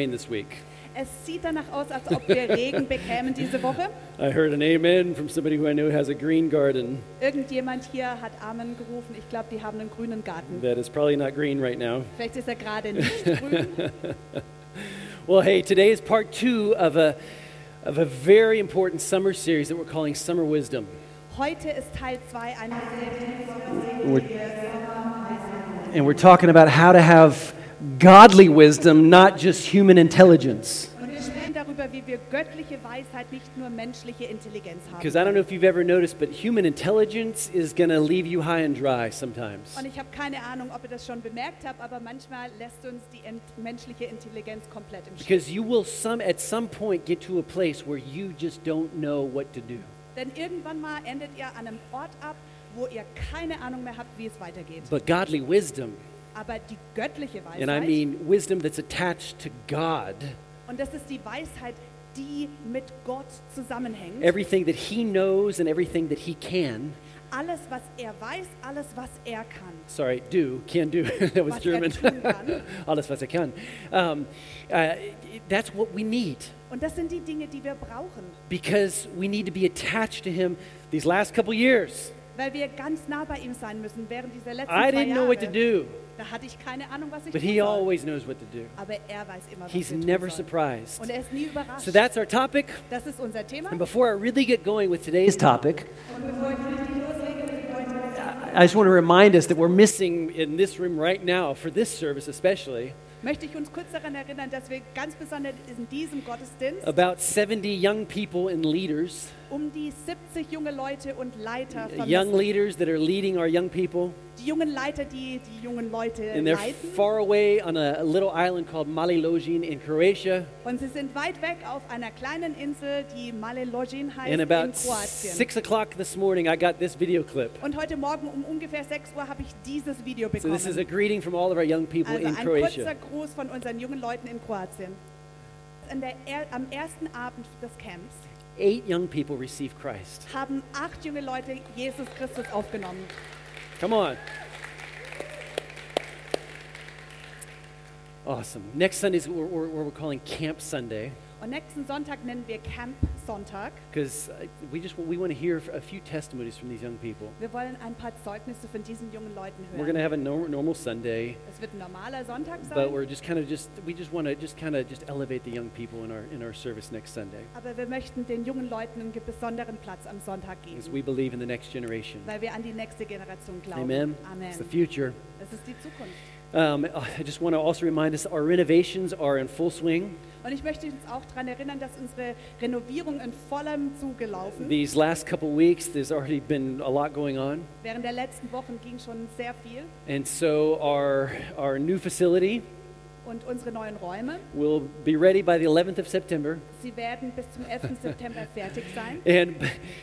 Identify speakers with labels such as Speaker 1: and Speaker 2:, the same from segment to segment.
Speaker 1: rain this week.
Speaker 2: Es sieht danach aus, als ob wir Regen bekämen diese Woche.
Speaker 1: I heard an amen from somebody who I know has a green garden
Speaker 2: Irgendjemand hier hat Amen gerufen. Ich glaube, die haben einen grünen Garten.
Speaker 1: that is probably not green right now.
Speaker 2: Vielleicht ist er gerade nicht grün.
Speaker 1: Well, hey, today is part two of a, of a very important summer series that we're calling Summer Wisdom.
Speaker 2: Heute ist Teil 2 einer Serie.
Speaker 1: And we're talking about how to have godly wisdom, not just human intelligence.
Speaker 2: Und wir sprechen darüber, wie wir göttliche Weisheit, nicht nur menschliche Intelligenz haben.
Speaker 1: Because I don't know if you've ever noticed, but human intelligence is going to leave you high and dry sometimes.
Speaker 2: Und ich habe keine Ahnung, ob ihr das schon bemerkt habt, aber manchmal lässt uns die ent menschliche Intelligenz komplett im Stich.
Speaker 1: Because you will some, at some point get to a place where you just don't know what to do.
Speaker 2: Denn irgendwann mal endet ihr an einem Ort ab, wo ihr keine Ahnung mehr habt, wie es weitergeht.
Speaker 1: But godly wisdom,
Speaker 2: Aber die göttliche Weisheit,
Speaker 1: and I mean wisdom that's attached to God,
Speaker 2: und das ist die Weisheit, die mit Gott zusammenhängt.
Speaker 1: everything that He knows and everything that He can,
Speaker 2: Alles, was er weiß, alles, was er kann.
Speaker 1: sorry, do, can do, that was
Speaker 2: Was er
Speaker 1: German.
Speaker 2: tun kann.
Speaker 1: Alles was er kann. Um, uh, that's what we need.
Speaker 2: Und das sind die Dinge, die wir brauchen,
Speaker 1: because we need to be attached to him these last couple years
Speaker 2: weil wir ganz nah bei ihm sein müssen während dieser letzten
Speaker 1: i
Speaker 2: zwei
Speaker 1: didn't know
Speaker 2: Jahre.
Speaker 1: what to do
Speaker 2: Da hatte ich keine Ahnung, was ich
Speaker 1: but
Speaker 2: tun
Speaker 1: he
Speaker 2: soll.
Speaker 1: always knows what to do
Speaker 2: Aber er weiß immer, was
Speaker 1: he's
Speaker 2: wir tun
Speaker 1: never
Speaker 2: sollen.
Speaker 1: surprised
Speaker 2: Und er ist nie überrascht.
Speaker 1: so that's our topic
Speaker 2: das ist unser Thema.
Speaker 1: and before i really get going with today's topic i just want to remind us that we're missing in this room right now for this service especially
Speaker 2: Möchte ich uns kurz daran erinnern, dass wir ganz besonders in diesem Gottesdienst
Speaker 1: about 70 young people and leaders
Speaker 2: um die 70 junge Leute und Leiter
Speaker 1: young
Speaker 2: vermissen.
Speaker 1: leaders that are leading our young people
Speaker 2: die jungen Leiter, die die jungen Leute
Speaker 1: and they're
Speaker 2: leiten.
Speaker 1: far away on a little island called Malilogin in croatia
Speaker 2: Und sie sind weit weg auf einer kleinen Insel, die Malelogin heißt,
Speaker 1: And
Speaker 2: in
Speaker 1: about
Speaker 2: Kroatien.
Speaker 1: six o'clock this morning, I got this video clip.
Speaker 2: Und heute Morgen um ungefähr 6 Uhr habe ich dieses Video
Speaker 1: So
Speaker 2: bekommen.
Speaker 1: this is a greeting from all of our young people
Speaker 2: also
Speaker 1: in
Speaker 2: ein kurzer
Speaker 1: Croatia.
Speaker 2: Gruß von unseren jungen Leuten in Kroatien. An der er am ersten Abend des Camps
Speaker 1: Eight young people receive Christ.
Speaker 2: haben acht junge Leute Jesus Christus aufgenommen.
Speaker 1: Come on. Awesome. Next Sunday is what we're, we're, we're calling Camp Sunday
Speaker 2: Und nächsten Sonntag nennen wir Camp Sonntag.
Speaker 1: because uh, we just we want to hear a few testimonies from these young people.
Speaker 2: Wir wollen ein paar Zeugnisse von diesen jungen Leuten
Speaker 1: We're going to
Speaker 2: hören.
Speaker 1: have a nor- normal Sunday,
Speaker 2: Es wird ein normaler Sonntag sein.
Speaker 1: but we're just kind of just we just want to just kind of just elevate the young people in our in our service next Sunday
Speaker 2: Aber wir möchten den jungen Leuten einen besonderen Platz am Sonntag geben,
Speaker 1: because we believe in the next generation.
Speaker 2: weil wir an die nächste Generation glauben.
Speaker 1: Amen.
Speaker 2: Amen.
Speaker 1: It's the future.
Speaker 2: Das ist die Zukunft.
Speaker 1: Um, I just want to also remind us our renovations are in full swing.
Speaker 2: Und ich möchte uns auch daran erinnern, dass unsere Renovierung in vollem Zuge laufen.
Speaker 1: These last couple weeks, there's already been a lot going on.
Speaker 2: Während der letzten Wochen ging schon sehr viel.
Speaker 1: And so our, our new facility
Speaker 2: Und unsere neuen Räume,
Speaker 1: will be ready by the 11th of September.
Speaker 2: sie werden bis zum 11. September fertig sein.
Speaker 1: And,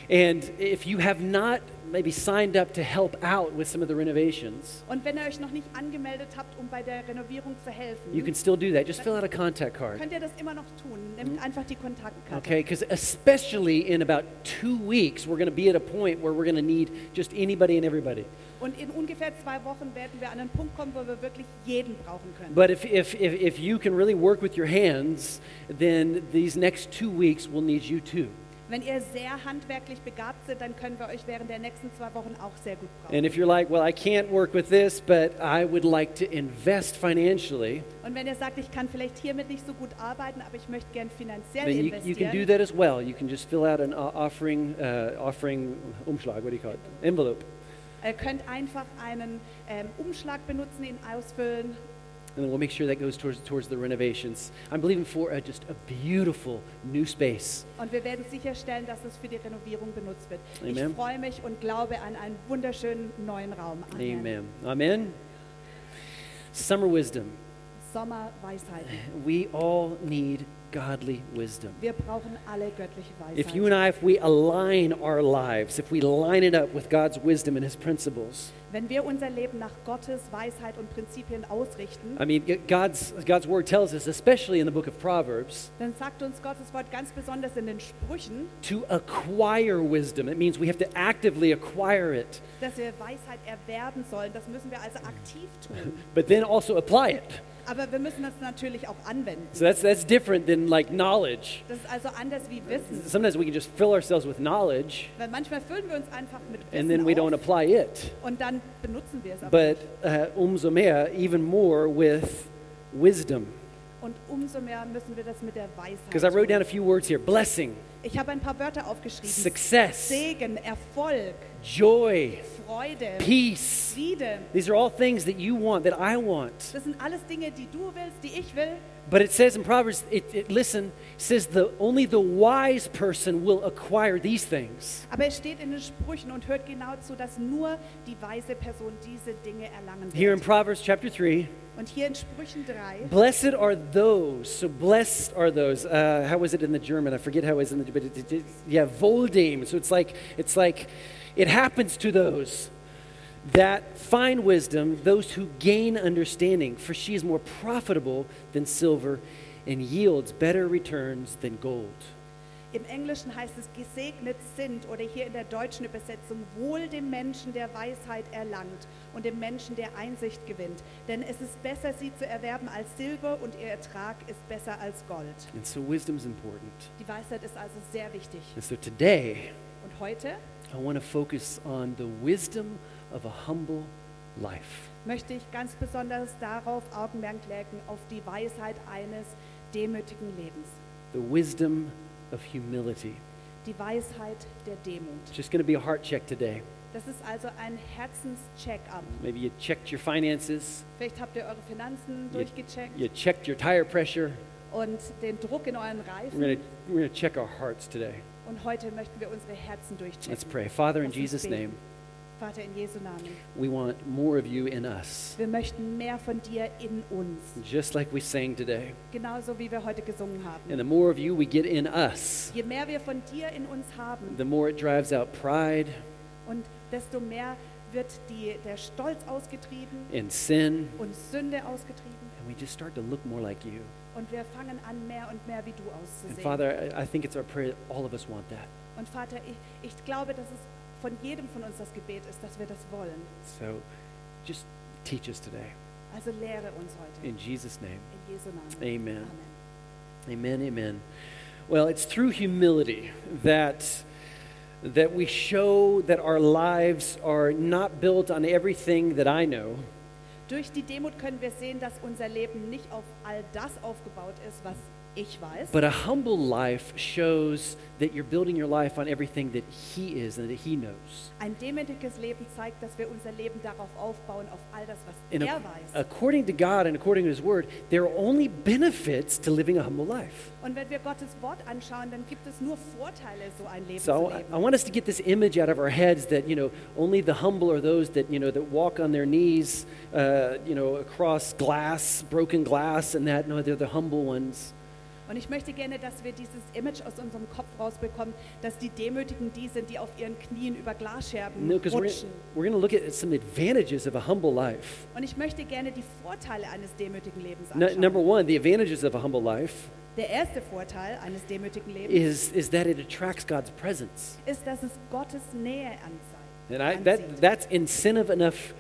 Speaker 1: and if you have not maybe signed up to help out with some of the renovations,
Speaker 2: Und wenn ihr euch noch nicht angemeldet habt, um bei der Renovierung zu helfen,
Speaker 1: you can still do that. Just fill out a contact card.
Speaker 2: könnt ihr das immer noch tun.
Speaker 1: Mhm.
Speaker 2: Nehmt einfach die Kontaktkarte.
Speaker 1: Okay, because especially in about two weeks, we're going to be at a point where we're going to need just anybody and everybody.
Speaker 2: Und in ungefähr zwei Wochen werden wir an einen Punkt kommen, wo wir wirklich jeden brauchen können.
Speaker 1: But if, if, if, if you can really work with your hands, then these next two weeks will need you too.
Speaker 2: Wenn ihr sehr handwerklich begabt seid, dann können wir euch während der nächsten zwei Wochen auch sehr gut brauchen.
Speaker 1: And if you're like, well, I can't work with this, but I would like to invest financially,
Speaker 2: Und wenn ihr sagt, ich kann vielleicht hiermit nicht so gut arbeiten, aber ich möchte gern finanziell
Speaker 1: then you, you can do
Speaker 2: investieren,
Speaker 1: that as well. You can just fill out an o- offering, uh, offering umschlag, what do you call it? Envelope.
Speaker 2: ihr äh, könnt einfach einen ähm, Umschlag benutzen, ihn ausfüllen.
Speaker 1: And then we'll make sure that goes towards, towards the renovations. I'm believing for a, just a beautiful new space.
Speaker 2: Und wir werden sicherstellen, dass es für die Renovierung benutzt wird.
Speaker 1: Amen.
Speaker 2: Ich freue mich und glaube an einen wunderschönen neuen Raum.
Speaker 1: Amen. Amen. Summer wisdom.
Speaker 2: Sommerweisheiten.
Speaker 1: We all need godly wisdom.
Speaker 2: Wir brauchen alle göttliche Weisheit.
Speaker 1: If you and I, if we align our lives, if we line it up with God's wisdom and His principles,
Speaker 2: Wenn wir unser Leben nach Gottes Weisheit und Prinzipien ausrichten,
Speaker 1: I mean, g- God's, God's word tells us, especially in the book of Proverbs,
Speaker 2: dann sagt uns Gottes Wort ganz besonders in den Sprüchen,
Speaker 1: to acquire wisdom. It means we have to actively acquire it,
Speaker 2: dass wir Weisheit erwerben sollen. Das müssen wir also aktiv tun,
Speaker 1: but then also apply it.
Speaker 2: Aber wir müssen das natürlich auch anwenden.
Speaker 1: So that's, that's different than like knowledge.
Speaker 2: Das ist also anders wie Wissen.
Speaker 1: Sometimes we can just fill ourselves with knowledge
Speaker 2: Weil manchmal füllen wir uns einfach mit Wissen
Speaker 1: and then we don't
Speaker 2: auf
Speaker 1: apply it.
Speaker 2: und dann benutzen wir es aber.
Speaker 1: But uh, umso mehr, even more with wisdom.
Speaker 2: Und umso mehr müssen wir das mit der
Speaker 1: Because I
Speaker 2: Weisheit
Speaker 1: wrote down
Speaker 2: tun.
Speaker 1: a few words here blessing,
Speaker 2: Ich habe ein paar Wörter aufgeschrieben.
Speaker 1: success,
Speaker 2: Segen, Erfolg,
Speaker 1: joy,
Speaker 2: Freude,
Speaker 1: peace.
Speaker 2: Friede.
Speaker 1: These are all things that you want, that I want.
Speaker 2: Das sind alles Dinge, die du willst, die ich will.
Speaker 1: But it says in Proverbs, it, it listen, says the only the wise person will acquire these things.
Speaker 2: Aber es steht in den Sprüchen und hört genau zu, dass nur die weise Person diese Dinge erlangen
Speaker 1: Here in
Speaker 2: wird.
Speaker 1: Proverbs chapter 3,
Speaker 2: Und hier in Sprüchen 3,
Speaker 1: blessed are those. So blessed are those. Uh, how was it in the German? I forget how it was in the but it, it, it- yeah, Voldem. So it's like it's like it happens to those that find wisdom, those who gain understanding, for she is more profitable than silver and yields better returns than gold.
Speaker 2: im Englischen heißt es gesegnet sind oder hier in der deutschen Übersetzung wohl dem Menschen, der Weisheit erlangt und dem Menschen, der Einsicht gewinnt. Denn es ist besser, sie zu erwerben als Silber und ihr Ertrag ist besser als Gold.
Speaker 1: And so wisdom's important.
Speaker 2: Die Weisheit ist also sehr wichtig.
Speaker 1: And so today,
Speaker 2: Und heute
Speaker 1: I want to focus on the wisdom of a humble life.
Speaker 2: möchte ich ganz besonders darauf Augenmerk legen, auf die Weisheit eines demütigen Lebens.
Speaker 1: The wisdom of humility.
Speaker 2: Die Weisheit der Demut.
Speaker 1: It's just going to be a heart check today.
Speaker 2: Das ist also ein Herzenscheck-up.
Speaker 1: Maybe you checked your finances,
Speaker 2: Vielleicht habt ihr eure Finanzen
Speaker 1: you,
Speaker 2: durchgecheckt
Speaker 1: you checked your tire pressure.
Speaker 2: und den Druck in euren
Speaker 1: We're
Speaker 2: Reifen.
Speaker 1: going to we're going to check our hearts today.
Speaker 2: Und heute möchten wir unsere Herzen
Speaker 1: Let's
Speaker 2: durchchecken.
Speaker 1: pray. Father, in
Speaker 2: Lass uns
Speaker 1: Jesus'
Speaker 2: beten.
Speaker 1: name,
Speaker 2: Vater in Jesu Namen,
Speaker 1: we want more of you in us,
Speaker 2: wir möchten mehr von dir in uns,
Speaker 1: just like we sang today.
Speaker 2: genauso wie wir heute gesungen
Speaker 1: And
Speaker 2: haben.
Speaker 1: the more of you we get in us,
Speaker 2: Je mehr wir von dir in uns haben
Speaker 1: the more it drives out pride
Speaker 2: und desto mehr wird die, der Stolz ausgetrieben
Speaker 1: and sin,
Speaker 2: und Sünde ausgetrieben
Speaker 1: and we just start to look more like you.
Speaker 2: und wir fangen an, mehr und mehr wie du
Speaker 1: And
Speaker 2: auszusehen.
Speaker 1: Father, I I think it's our prayer that all of us want that.
Speaker 2: Und Vater, ich, ich glaube, dass es von jedem von uns das Gebet ist, dass wir das wollen.
Speaker 1: So just teach us today.
Speaker 2: Also lehre uns heute. In,
Speaker 1: In Jesus' name.
Speaker 2: Jesu Namen.
Speaker 1: Amen.
Speaker 2: Amen.
Speaker 1: Amen, amen. Well, it's through humility that that we show that our lives are not built on everything that I know,
Speaker 2: Durch die Demut können wir sehen, dass unser Leben nicht auf all das aufgebaut ist, was ich weiß.
Speaker 1: but a humble life shows that you're building your life on everything that he is and that he knows.
Speaker 2: Ein demütiges Leben zeigt, dass wir unser Leben darauf aufbauen, auf all das, was
Speaker 1: And
Speaker 2: er
Speaker 1: ac-
Speaker 2: weiß.
Speaker 1: according to God and according to his word, there are only benefits to living a humble life.
Speaker 2: Und wenn wir Gottes Wort anschauen, dann gibt es nur Vorteile, so ein Leben
Speaker 1: So
Speaker 2: zu
Speaker 1: I,
Speaker 2: leben.
Speaker 1: I want us to get this image out of our heads that you know only the humble are those that you know that walk on their knees, uh, you know, across glass, broken glass, and that no, they're the humble ones.
Speaker 2: Und ich möchte gerne, dass wir dieses Image aus unserem Kopf rausbekommen, dass die Demütigen die sind, die auf ihren Knien über Glasscherben
Speaker 1: No, because we're,
Speaker 2: rutschen.
Speaker 1: we're going to look at some advantages of a humble life.
Speaker 2: Und ich möchte gerne die Vorteile eines demütigen Lebens
Speaker 1: Nu-
Speaker 2: anschauen.
Speaker 1: number one, the advantages of a humble life
Speaker 2: Der erste Vorteil eines demütigen Lebens
Speaker 1: is is that it attracts God's presence,
Speaker 2: ist, dass es Gottes Nähe anzeigt.
Speaker 1: and I, that
Speaker 2: anzieht.
Speaker 1: that's incentive enough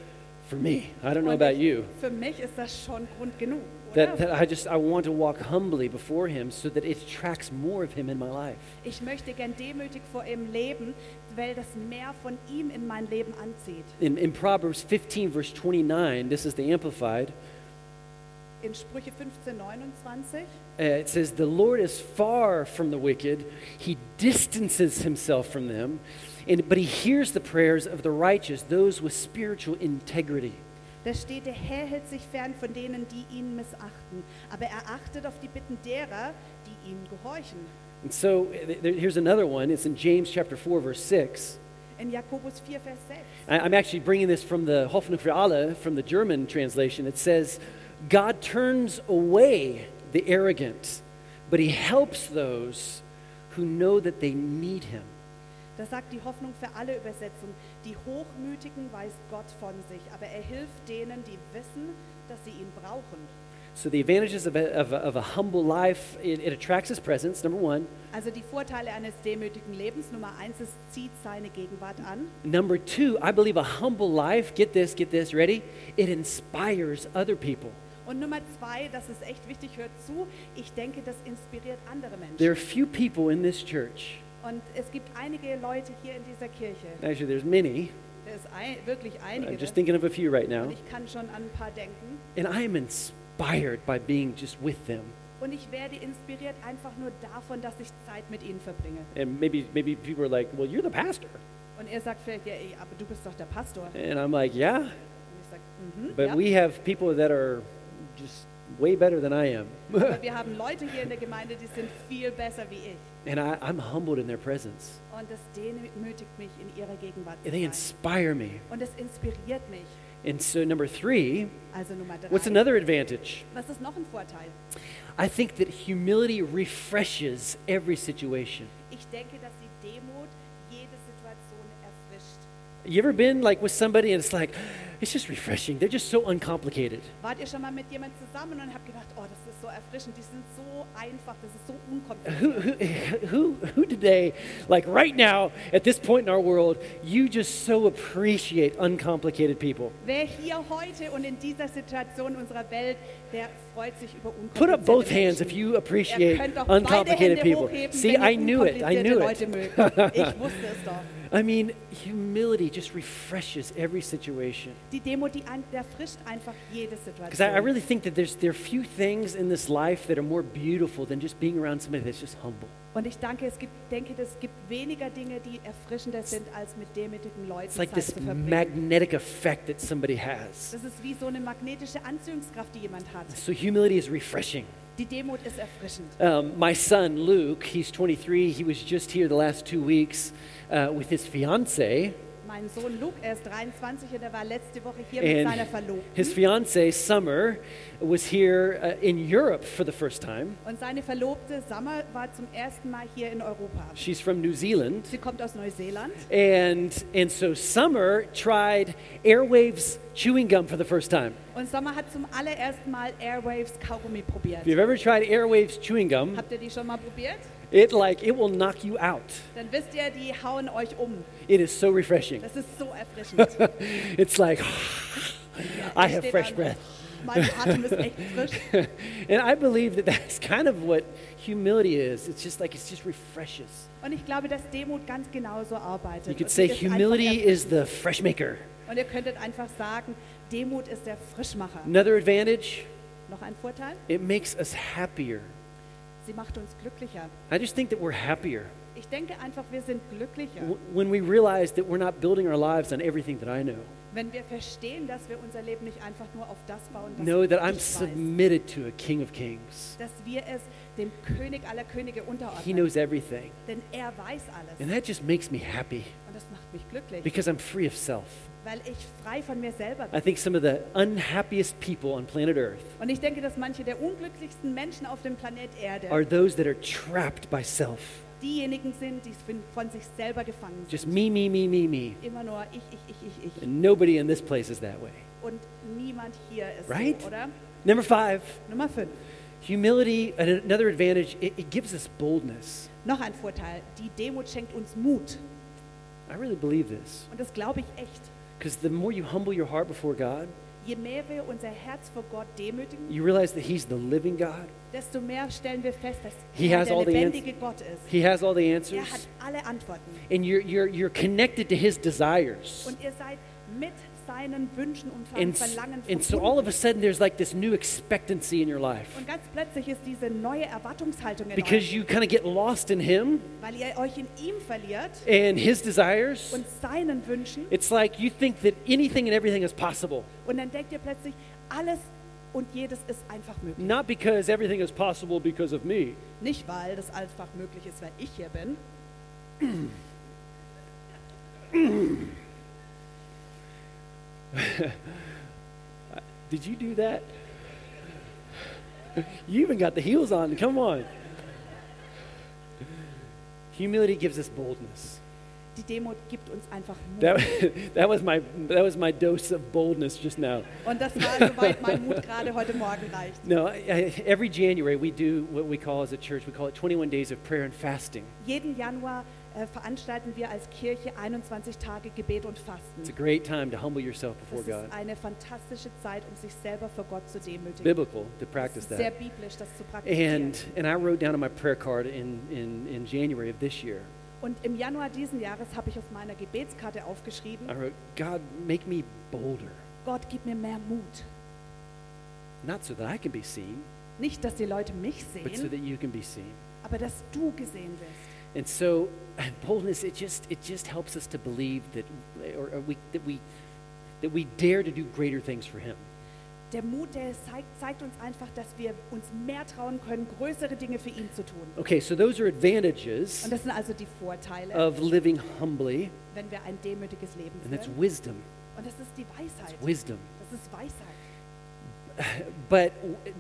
Speaker 1: for me. I don't know
Speaker 2: Und
Speaker 1: about
Speaker 2: ich-
Speaker 1: you.
Speaker 2: Für mich ist das schon Grund genug, oder?
Speaker 1: That, that I just I want to walk humbly before Him so that it attracts more of Him in my life.
Speaker 2: ich möchte gern demütig vor ihm leben, weil das mehr von ihm in mein Leben anzieht.
Speaker 1: In, in Proverbs 15, verse 29, this is the Amplified,
Speaker 2: In Sprüche 15, 29,
Speaker 1: uh, it says, The Lord is far from the wicked, he distances himself from them, and, but he hears the prayers of the righteous, those with spiritual integrity.
Speaker 2: da steht, der Herr hält sich fern von denen, die ihn missachten, aber er achtet auf die Bitten derer, die ihm gehorchen.
Speaker 1: And so uh, th- there- here's another one. It's in James chapter 4, verse 6.
Speaker 2: In Jakobus 4, Vers 6.
Speaker 1: I, I'm actually bringing this from the Hoffnung für alle, from the German translation. It says, God turns away the arrogant, but he helps those who know that they need him.
Speaker 2: Das sagt die Hoffnung für alle Übersetzung. Die Hochmütigen weiß Gott von sich, aber er hilft denen, die wissen, dass sie ihn brauchen.
Speaker 1: So the advantages of a, of a, of a humble life, it, it attracts his presence, number one.
Speaker 2: Also die Vorteile eines demütigen Lebens. Nummer eins, es zieht seine Gegenwart an.
Speaker 1: Number two, I believe a humble life, get this, get this, ready? It inspires other people.
Speaker 2: Und Nummer zwei, das ist echt wichtig, hört zu, ich denke, das inspiriert andere Menschen.
Speaker 1: There are few people in this church,
Speaker 2: Und es gibt einige Leute hier in dieser Kirche,
Speaker 1: actually, there's many,
Speaker 2: da ist ein, wirklich einige,
Speaker 1: I'm just
Speaker 2: ne?
Speaker 1: thinking of a few right now,
Speaker 2: und ich kann schon an ein paar denken.
Speaker 1: and I am inspired by being just with them.
Speaker 2: Und ich werde inspiriert einfach nur davon, dass ich Zeit mit ihnen verbringe.
Speaker 1: And maybe, maybe people are like, well, you're the pastor.
Speaker 2: Und er sagt vielleicht, ja, ey, aber du bist doch der Pastor. Und
Speaker 1: And I'm like, yeah,
Speaker 2: ich sage, mhm,
Speaker 1: but
Speaker 2: ja.
Speaker 1: we have people that are just way better than I am.
Speaker 2: aber wir haben Leute hier in der Gemeinde, die sind viel besser wie ich.
Speaker 1: And I, I'm humbled in their presence.
Speaker 2: Und das demütigt mich in ihrer Gegenwart.
Speaker 1: And they
Speaker 2: Zu
Speaker 1: inspire
Speaker 2: sein.
Speaker 1: me.
Speaker 2: Und das inspiriert mich.
Speaker 1: And so, number three,
Speaker 2: Also Nummer drei.
Speaker 1: what's another advantage?
Speaker 2: Was ist noch ein Vorteil?
Speaker 1: I think that humility refreshes every situation.
Speaker 2: Ich denke, dass die Demut jede Situation erfrischt.
Speaker 1: You ever been like with somebody and it's like, it's just refreshing. They're just so uncomplicated.
Speaker 2: Wart ihr schon mal mit jemandem zusammen und habt gedacht, oh, das ist so erfrischend, die sind so einfach, das ist so
Speaker 1: Who,
Speaker 2: unkompliziert.
Speaker 1: who, who, who today, like right now, at this point in our world, you just so appreciate uncomplicated people?
Speaker 2: Wer hier heute und in dieser Situation unserer Welt, der freut sich über unkomplizierte
Speaker 1: Put up both hands
Speaker 2: Menschen.
Speaker 1: if you
Speaker 2: Ihr
Speaker 1: appreciate
Speaker 2: könnt doch beide
Speaker 1: uncomplicated
Speaker 2: Hände
Speaker 1: people.
Speaker 2: hochheben,
Speaker 1: See,
Speaker 2: wenn ihr
Speaker 1: I knew it. I knew
Speaker 2: unkomplizierte
Speaker 1: it.
Speaker 2: Leute mögt. Ich wusste es doch.
Speaker 1: I mean, humility just refreshes every situation.
Speaker 2: Die Demo, die ein, der frischt einfach jede Situation.
Speaker 1: Because I, I really think that there's, there are few things in this life that are more beautiful than just being around somebody that's just humble.
Speaker 2: und ich danke, es gibt, denke, es gibt weniger Dinge, die erfrischender sind, als mit demütigen Leuten
Speaker 1: It's like
Speaker 2: Zeit
Speaker 1: this
Speaker 2: zu verbringen.
Speaker 1: magnetic effect that somebody has.
Speaker 2: Das ist wie so eine magnetische Anziehungskraft, die jemand hat.
Speaker 1: So humility is refreshing.
Speaker 2: Die Demut ist erfrischend.
Speaker 1: Um, my son Luke, he's 23. He was just here the last two weeks uh, with his fiance,
Speaker 2: Mein Sohn Luke, er ist 23 und er war letzte Woche hier mit seiner
Speaker 1: and
Speaker 2: Verlobten.
Speaker 1: his fiance Summer was here uh, in Europe for the first time.
Speaker 2: Und seine Verlobte Summer war zum ersten Mal hier in Europa.
Speaker 1: She's from New Zealand,
Speaker 2: Sie kommt aus Neuseeland
Speaker 1: and and so Summer tried Airwaves chewing gum for the first time.
Speaker 2: und Summer hat zum allerersten Mal Airwaves Kaugummi probiert.
Speaker 1: If you've ever tried Airwaves chewing gum,
Speaker 2: Habt ihr die schon mal probiert?
Speaker 1: it like it will knock you out.
Speaker 2: Dann wisst ihr, die hauen euch um.
Speaker 1: It is so refreshing.
Speaker 2: Das ist so erfrischend.
Speaker 1: it's like I have
Speaker 2: Steht
Speaker 1: fresh
Speaker 2: dann,
Speaker 1: breath.
Speaker 2: Mein Atem ist echt frisch.
Speaker 1: and I believe that that's kind of what humility is. It's just like it's just refreshes.
Speaker 2: Und ich glaube, dass Demut ganz genauso arbeitet.
Speaker 1: You could
Speaker 2: Und
Speaker 1: say
Speaker 2: sie ist einfach
Speaker 1: humility
Speaker 2: erfrischend.
Speaker 1: is the fresh maker.
Speaker 2: Und ihr könntet einfach sagen, Demut ist der Frischmacher.
Speaker 1: Another advantage,
Speaker 2: Noch ein Vorteil?
Speaker 1: it makes us happier.
Speaker 2: Sie macht uns glücklicher.
Speaker 1: I just think that we're happier
Speaker 2: Ich denke einfach, wir sind glücklicher,
Speaker 1: w- when we realize that we're not building our lives on everything that I know.
Speaker 2: wenn wir verstehen, dass wir unser Leben nicht einfach nur auf das bauen, was
Speaker 1: Know that I'm
Speaker 2: ich weiß,
Speaker 1: submitted to a King of Kings.
Speaker 2: dass wir es dem König aller Könige
Speaker 1: He
Speaker 2: unterordnen.
Speaker 1: knows everything.
Speaker 2: Denn er weiß alles.
Speaker 1: And that just makes me happy
Speaker 2: Und das macht mich glücklich,
Speaker 1: because I'm free of self.
Speaker 2: weil ich frei von mir selber
Speaker 1: I
Speaker 2: bin.
Speaker 1: think some of the unhappiest people on planet Earth
Speaker 2: Und ich denke, dass manche der unglücklichsten Menschen auf dem Planet
Speaker 1: are
Speaker 2: Erde
Speaker 1: those that are trapped by self.
Speaker 2: diejenigen sind, die von- von sich selber gefangen sind.
Speaker 1: Just me, me, me, me, me.
Speaker 2: Immer nur ich, ich, ich, ich, ich.
Speaker 1: And nobody in this place is that way.
Speaker 2: Und niemand hier ist
Speaker 1: Right?
Speaker 2: so, oder?
Speaker 1: Number five,
Speaker 2: Nummer 5.
Speaker 1: humility, an- another advantage, it, it gives us boldness.
Speaker 2: Noch ein Vorteil. Die Demut schenkt uns Mut.
Speaker 1: I really believe this.
Speaker 2: Und das glaube ich echt.
Speaker 1: Because the more you humble your heart before God,
Speaker 2: Je mehr wir unser Herz vor Gott demütigen,
Speaker 1: you realize that He's the living God.
Speaker 2: desto mehr stellen wir fest, dass
Speaker 1: He
Speaker 2: er
Speaker 1: has
Speaker 2: der
Speaker 1: all the
Speaker 2: lebendige Gott ist.
Speaker 1: He has all the
Speaker 2: Er hat
Speaker 1: answers.
Speaker 2: alle Antworten.
Speaker 1: And you're, you're, you're connected to His desires.
Speaker 2: Und ihr seid mit seinen Wünschen und seinen
Speaker 1: And, s-
Speaker 2: Verlangen
Speaker 1: and so all of
Speaker 2: verbunden.
Speaker 1: a sudden, there's like this new expectancy in your life.
Speaker 2: Und ganz plötzlich ist diese neue Erwartungshaltung in
Speaker 1: Because
Speaker 2: euch,
Speaker 1: you kind of get lost in Him
Speaker 2: weil ihr euch in ihm verliert
Speaker 1: and His desires.
Speaker 2: und seinen Wünschen.
Speaker 1: It's like you think that anything and everything is possible.
Speaker 2: Und dann denkt ihr plötzlich, alles und jedes ist einfach möglich.
Speaker 1: Not because everything is possible because of me.
Speaker 2: Nicht, weil das einfach möglich ist, weil ich hier bin.
Speaker 1: Did you do that? You even got the heels on. Come on. Humility gives us boldness.
Speaker 2: Die Demut gibt uns einfach Mut.
Speaker 1: That, that, was my, that was my dose of boldness just now.
Speaker 2: Und das war soweit mein Mut gerade heute Morgen reicht.
Speaker 1: No, I, I, every January we do what we call as a church, we call it 21 days of prayer and fasting.
Speaker 2: Jeden Januar äh, veranstalten wir als Kirche 21 Tage Gebet und
Speaker 1: It's a
Speaker 2: Fasten.
Speaker 1: great time to humble yourself
Speaker 2: Das
Speaker 1: before
Speaker 2: ist
Speaker 1: God.
Speaker 2: eine fantastische Zeit, um sich selber vor Gott zu demütigen.
Speaker 1: Biblical to
Speaker 2: Das
Speaker 1: practice
Speaker 2: ist sehr
Speaker 1: that.
Speaker 2: biblisch, das zu praktizieren.
Speaker 1: And and I wrote down on my prayer card in in, in January of this year.
Speaker 2: Und im Januar diesen Jahres habe ich auf meiner Gebetskarte
Speaker 1: I
Speaker 2: aufgeschrieben,
Speaker 1: wrote, God, make me bolder,
Speaker 2: Gott, gib mir mehr Mut.
Speaker 1: not so that I can be seen,
Speaker 2: Nicht, dass die Leute mich
Speaker 1: but so
Speaker 2: sehen,
Speaker 1: that you can be seen.
Speaker 2: aber dass du gesehen wirst.
Speaker 1: And so boldness, it just it just helps us to believe that, or, or we that we that we dare to do greater things for Him.
Speaker 2: Der Mut, der zeigt, zeigt uns einfach, dass wir uns mehr trauen können, größere Dinge für ihn zu tun.
Speaker 1: Okay, so those are
Speaker 2: Und
Speaker 1: advantages
Speaker 2: das sind also die Vorteile,
Speaker 1: of living humbly,
Speaker 2: wenn wir ein demütiges Leben
Speaker 1: Äh, and that's
Speaker 2: führen.
Speaker 1: wisdom.
Speaker 2: Und das ist die Weisheit.
Speaker 1: It's wisdom.
Speaker 2: Das ist Weisheit.
Speaker 1: But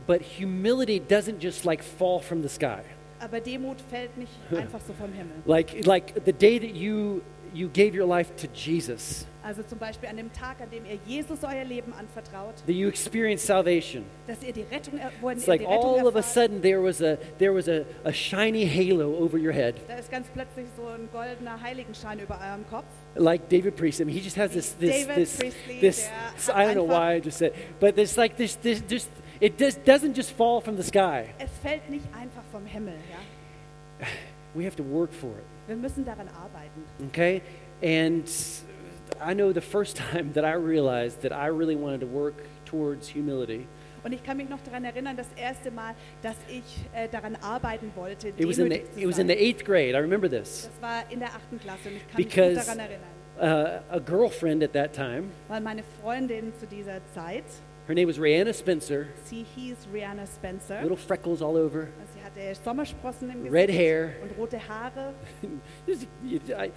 Speaker 1: but humility doesn't just like fall from the sky.
Speaker 2: Aber Demut fällt nicht einfach so vom Himmel.
Speaker 1: Like like the day that you you gave your life to Jesus,
Speaker 2: Also zum Beispiel an dem Tag, an dem ihr Jesus euer Leben anvertraut,
Speaker 1: that you experienced salvation.
Speaker 2: dass ihr die Rettung er- wo ihr die
Speaker 1: It's like
Speaker 2: Rettung
Speaker 1: all of a
Speaker 2: erfahrt,
Speaker 1: sudden there was a there was a, a shiny halo over your head.
Speaker 2: Da ist ganz plötzlich so ein goldener Heiligenschein über eurem Kopf.
Speaker 1: like David Priestley. I mean, he just has this this
Speaker 2: David
Speaker 1: this
Speaker 2: Priestley,
Speaker 1: this.
Speaker 2: der
Speaker 1: this-
Speaker 2: hat
Speaker 1: I don't know
Speaker 2: einfach-
Speaker 1: why I just said, but there's like this this just it just doesn't just fall from the sky.
Speaker 2: Es fällt nicht einfach vom Himmel. Ja?
Speaker 1: We have to work for it,
Speaker 2: Wir müssen daran arbeiten.
Speaker 1: okay? And I know the first time that I realized that I really wanted to work towards humility.
Speaker 2: Und ich kann mich noch daran erinnern, das erste Mal, dass ich äh, daran arbeiten wollte,
Speaker 1: It was in the
Speaker 2: demütig
Speaker 1: it
Speaker 2: zu
Speaker 1: was in
Speaker 2: sein.
Speaker 1: the eighth grade. I remember this.
Speaker 2: Das war in der achten Klasse und ich kann mich gut
Speaker 1: Because-
Speaker 2: daran erinnern.
Speaker 1: Uh, a girlfriend at that time,
Speaker 2: Weil meine Freundin zu dieser Zeit,
Speaker 1: her name was Rihanna Spencer.
Speaker 2: sie hieß Rihanna Spencer.
Speaker 1: Little freckles all over.
Speaker 2: Also Sie hatte Sommersprossen im Gesicht
Speaker 1: Red hair.
Speaker 2: und rote Haare.
Speaker 1: This is- you- I-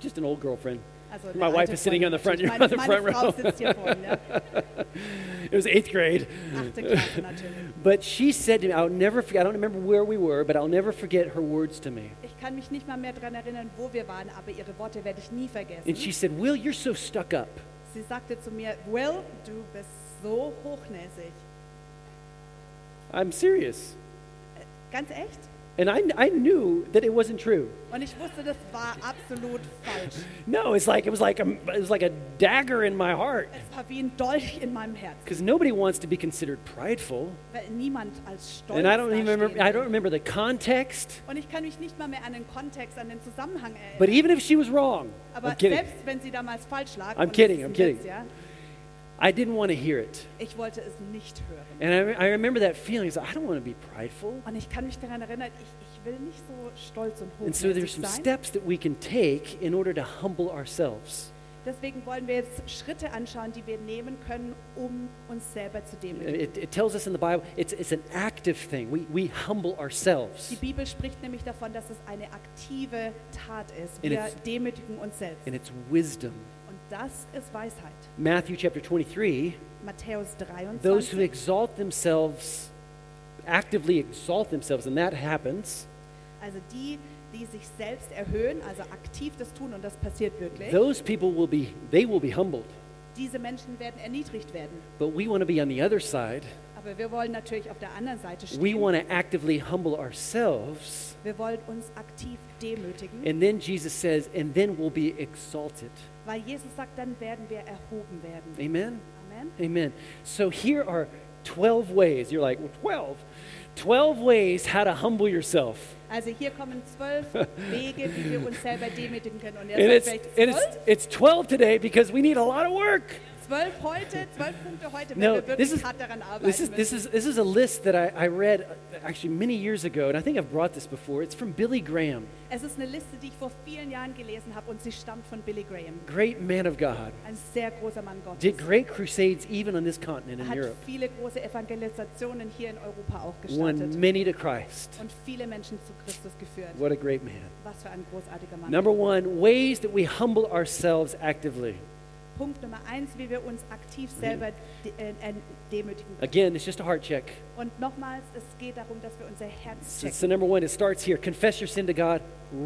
Speaker 1: just an old girlfriend.
Speaker 2: Also eine
Speaker 1: My wife
Speaker 2: alte
Speaker 1: is sitting on the front.
Speaker 2: Freundin
Speaker 1: You're
Speaker 2: natürlich.
Speaker 1: on the front
Speaker 2: meine,
Speaker 1: row.
Speaker 2: meine Frau sitzt hier vorne, ja.
Speaker 1: It was eighth grade.
Speaker 2: achte Klasse natürlich.
Speaker 1: But she said to me, I'll never forget, I don't remember where we were, but I'll never forget her words to me.
Speaker 2: Ich kann mich nicht mal mehr daran erinnern, wo wir waren, aber ihre Worte werde ich nie vergessen.
Speaker 1: And she said, Will, you're so stuck up.
Speaker 2: Sie sagte zu mir, Will, du bist so hochnäsig.
Speaker 1: I'm serious.
Speaker 2: Ganz echt?
Speaker 1: And I, I knew that it wasn't true.
Speaker 2: Und ich wusste, das war absolut falsch.
Speaker 1: No, it's like, it was like a, it was like a dagger in my heart.
Speaker 2: Es war wie ein Dolch in meinem Herz,
Speaker 1: Because nobody wants to be considered prideful.
Speaker 2: weil niemand als stolz
Speaker 1: And I don't even
Speaker 2: dastehen
Speaker 1: remember, I don't
Speaker 2: will.
Speaker 1: remember the context.
Speaker 2: Und ich kann mich nicht mal mehr an den Kontext, an den Zusammenhang erinnern.
Speaker 1: But even if she was wrong,
Speaker 2: Aber
Speaker 1: I'm kidding.
Speaker 2: selbst wenn sie damals falsch lag,
Speaker 1: I'm
Speaker 2: und
Speaker 1: kidding,
Speaker 2: das ist
Speaker 1: I'm
Speaker 2: ein
Speaker 1: kidding.
Speaker 2: Witz, ja,
Speaker 1: I didn't want to hear it.
Speaker 2: ich wollte es nicht hören.
Speaker 1: And I, re- I remember that feeling. It's like, I don't want to be prideful.
Speaker 2: Und ich kann mich daran erinnern, ich, ich will nicht so stolz und
Speaker 1: And so there's
Speaker 2: hochmütig
Speaker 1: some
Speaker 2: sein.
Speaker 1: steps that we can take in order to humble ourselves.
Speaker 2: Deswegen wollen wir jetzt Schritte anschauen, die wir nehmen können, um uns selber zu demütigen.
Speaker 1: It, it tells us in the Bible it's, it's an active thing. We, we humble
Speaker 2: Die
Speaker 1: ourselves.
Speaker 2: Bibel spricht nämlich davon, dass es eine aktive Tat ist.
Speaker 1: And
Speaker 2: Wir
Speaker 1: it's-
Speaker 2: demütigen uns selbst.
Speaker 1: And it's wisdom.
Speaker 2: Und das ist Weisheit.
Speaker 1: Matthew chapter 23
Speaker 2: Matthäus
Speaker 1: those who
Speaker 2: 23.
Speaker 1: exalt themselves, actively exalt themselves, and that happens,
Speaker 2: Also die, die sich selbst erhöhen, also aktiv das tun und das passiert wirklich.
Speaker 1: those people will be, they will be humbled.
Speaker 2: Diese Menschen werden erniedrigt werden.
Speaker 1: But we want to be on the other side.
Speaker 2: Aber wir wollen natürlich auf der anderen Seite stehen.
Speaker 1: We want to actively humble ourselves.
Speaker 2: wir wollen uns aktiv demütigen,
Speaker 1: And then Jesus says, and then we'll be exalted.
Speaker 2: weil Jesus sagt, dann werden wir erhoben werden.
Speaker 1: Amen?
Speaker 2: Amen.
Speaker 1: Amen. So here are 12 ways. You're like, well, 12? 12 ways how to humble yourself.
Speaker 2: Also hier kommen zwölf Wege, wie wir uns selber demütigen können. Und
Speaker 1: And it's,
Speaker 2: jetzt vielleicht
Speaker 1: and it's,
Speaker 2: zwölf,
Speaker 1: it's 12 today because we need a lot of work.
Speaker 2: zwölf heute, zwölf Punkte heute, wenn
Speaker 1: No,
Speaker 2: wir
Speaker 1: this
Speaker 2: wirklich
Speaker 1: is,
Speaker 2: hard daran arbeiten
Speaker 1: this, is, this,
Speaker 2: müssen.
Speaker 1: is, this is a list that I, I read uh, actually many years ago, and I think I've brought this before. It's from Billy Graham,
Speaker 2: Es ist eine Liste, die ich vor vielen Jahren gelesen habe und sie stammt von Billy Graham.
Speaker 1: great man of God.
Speaker 2: Ein sehr großer Mann Gottes.
Speaker 1: Did great crusades even on this continent
Speaker 2: Er
Speaker 1: in
Speaker 2: hat
Speaker 1: Europe.
Speaker 2: viele große Evangelisationen hier in Europa auch gestartet
Speaker 1: Won many to Christ.
Speaker 2: und viele Menschen zu Christus geführt.
Speaker 1: What a great man.
Speaker 2: Was für ein großartiger Mann.
Speaker 1: Number one, ways that we humble ourselves actively.
Speaker 2: Punkt Nummer eins, wie wir uns aktiv selber de äh, äh, demütigen.
Speaker 1: Again, it's just a heart check.
Speaker 2: Und nochmals, es geht darum, dass wir unser Herz
Speaker 1: So,
Speaker 2: checken.
Speaker 1: so number one, it starts here. Confess your sin to God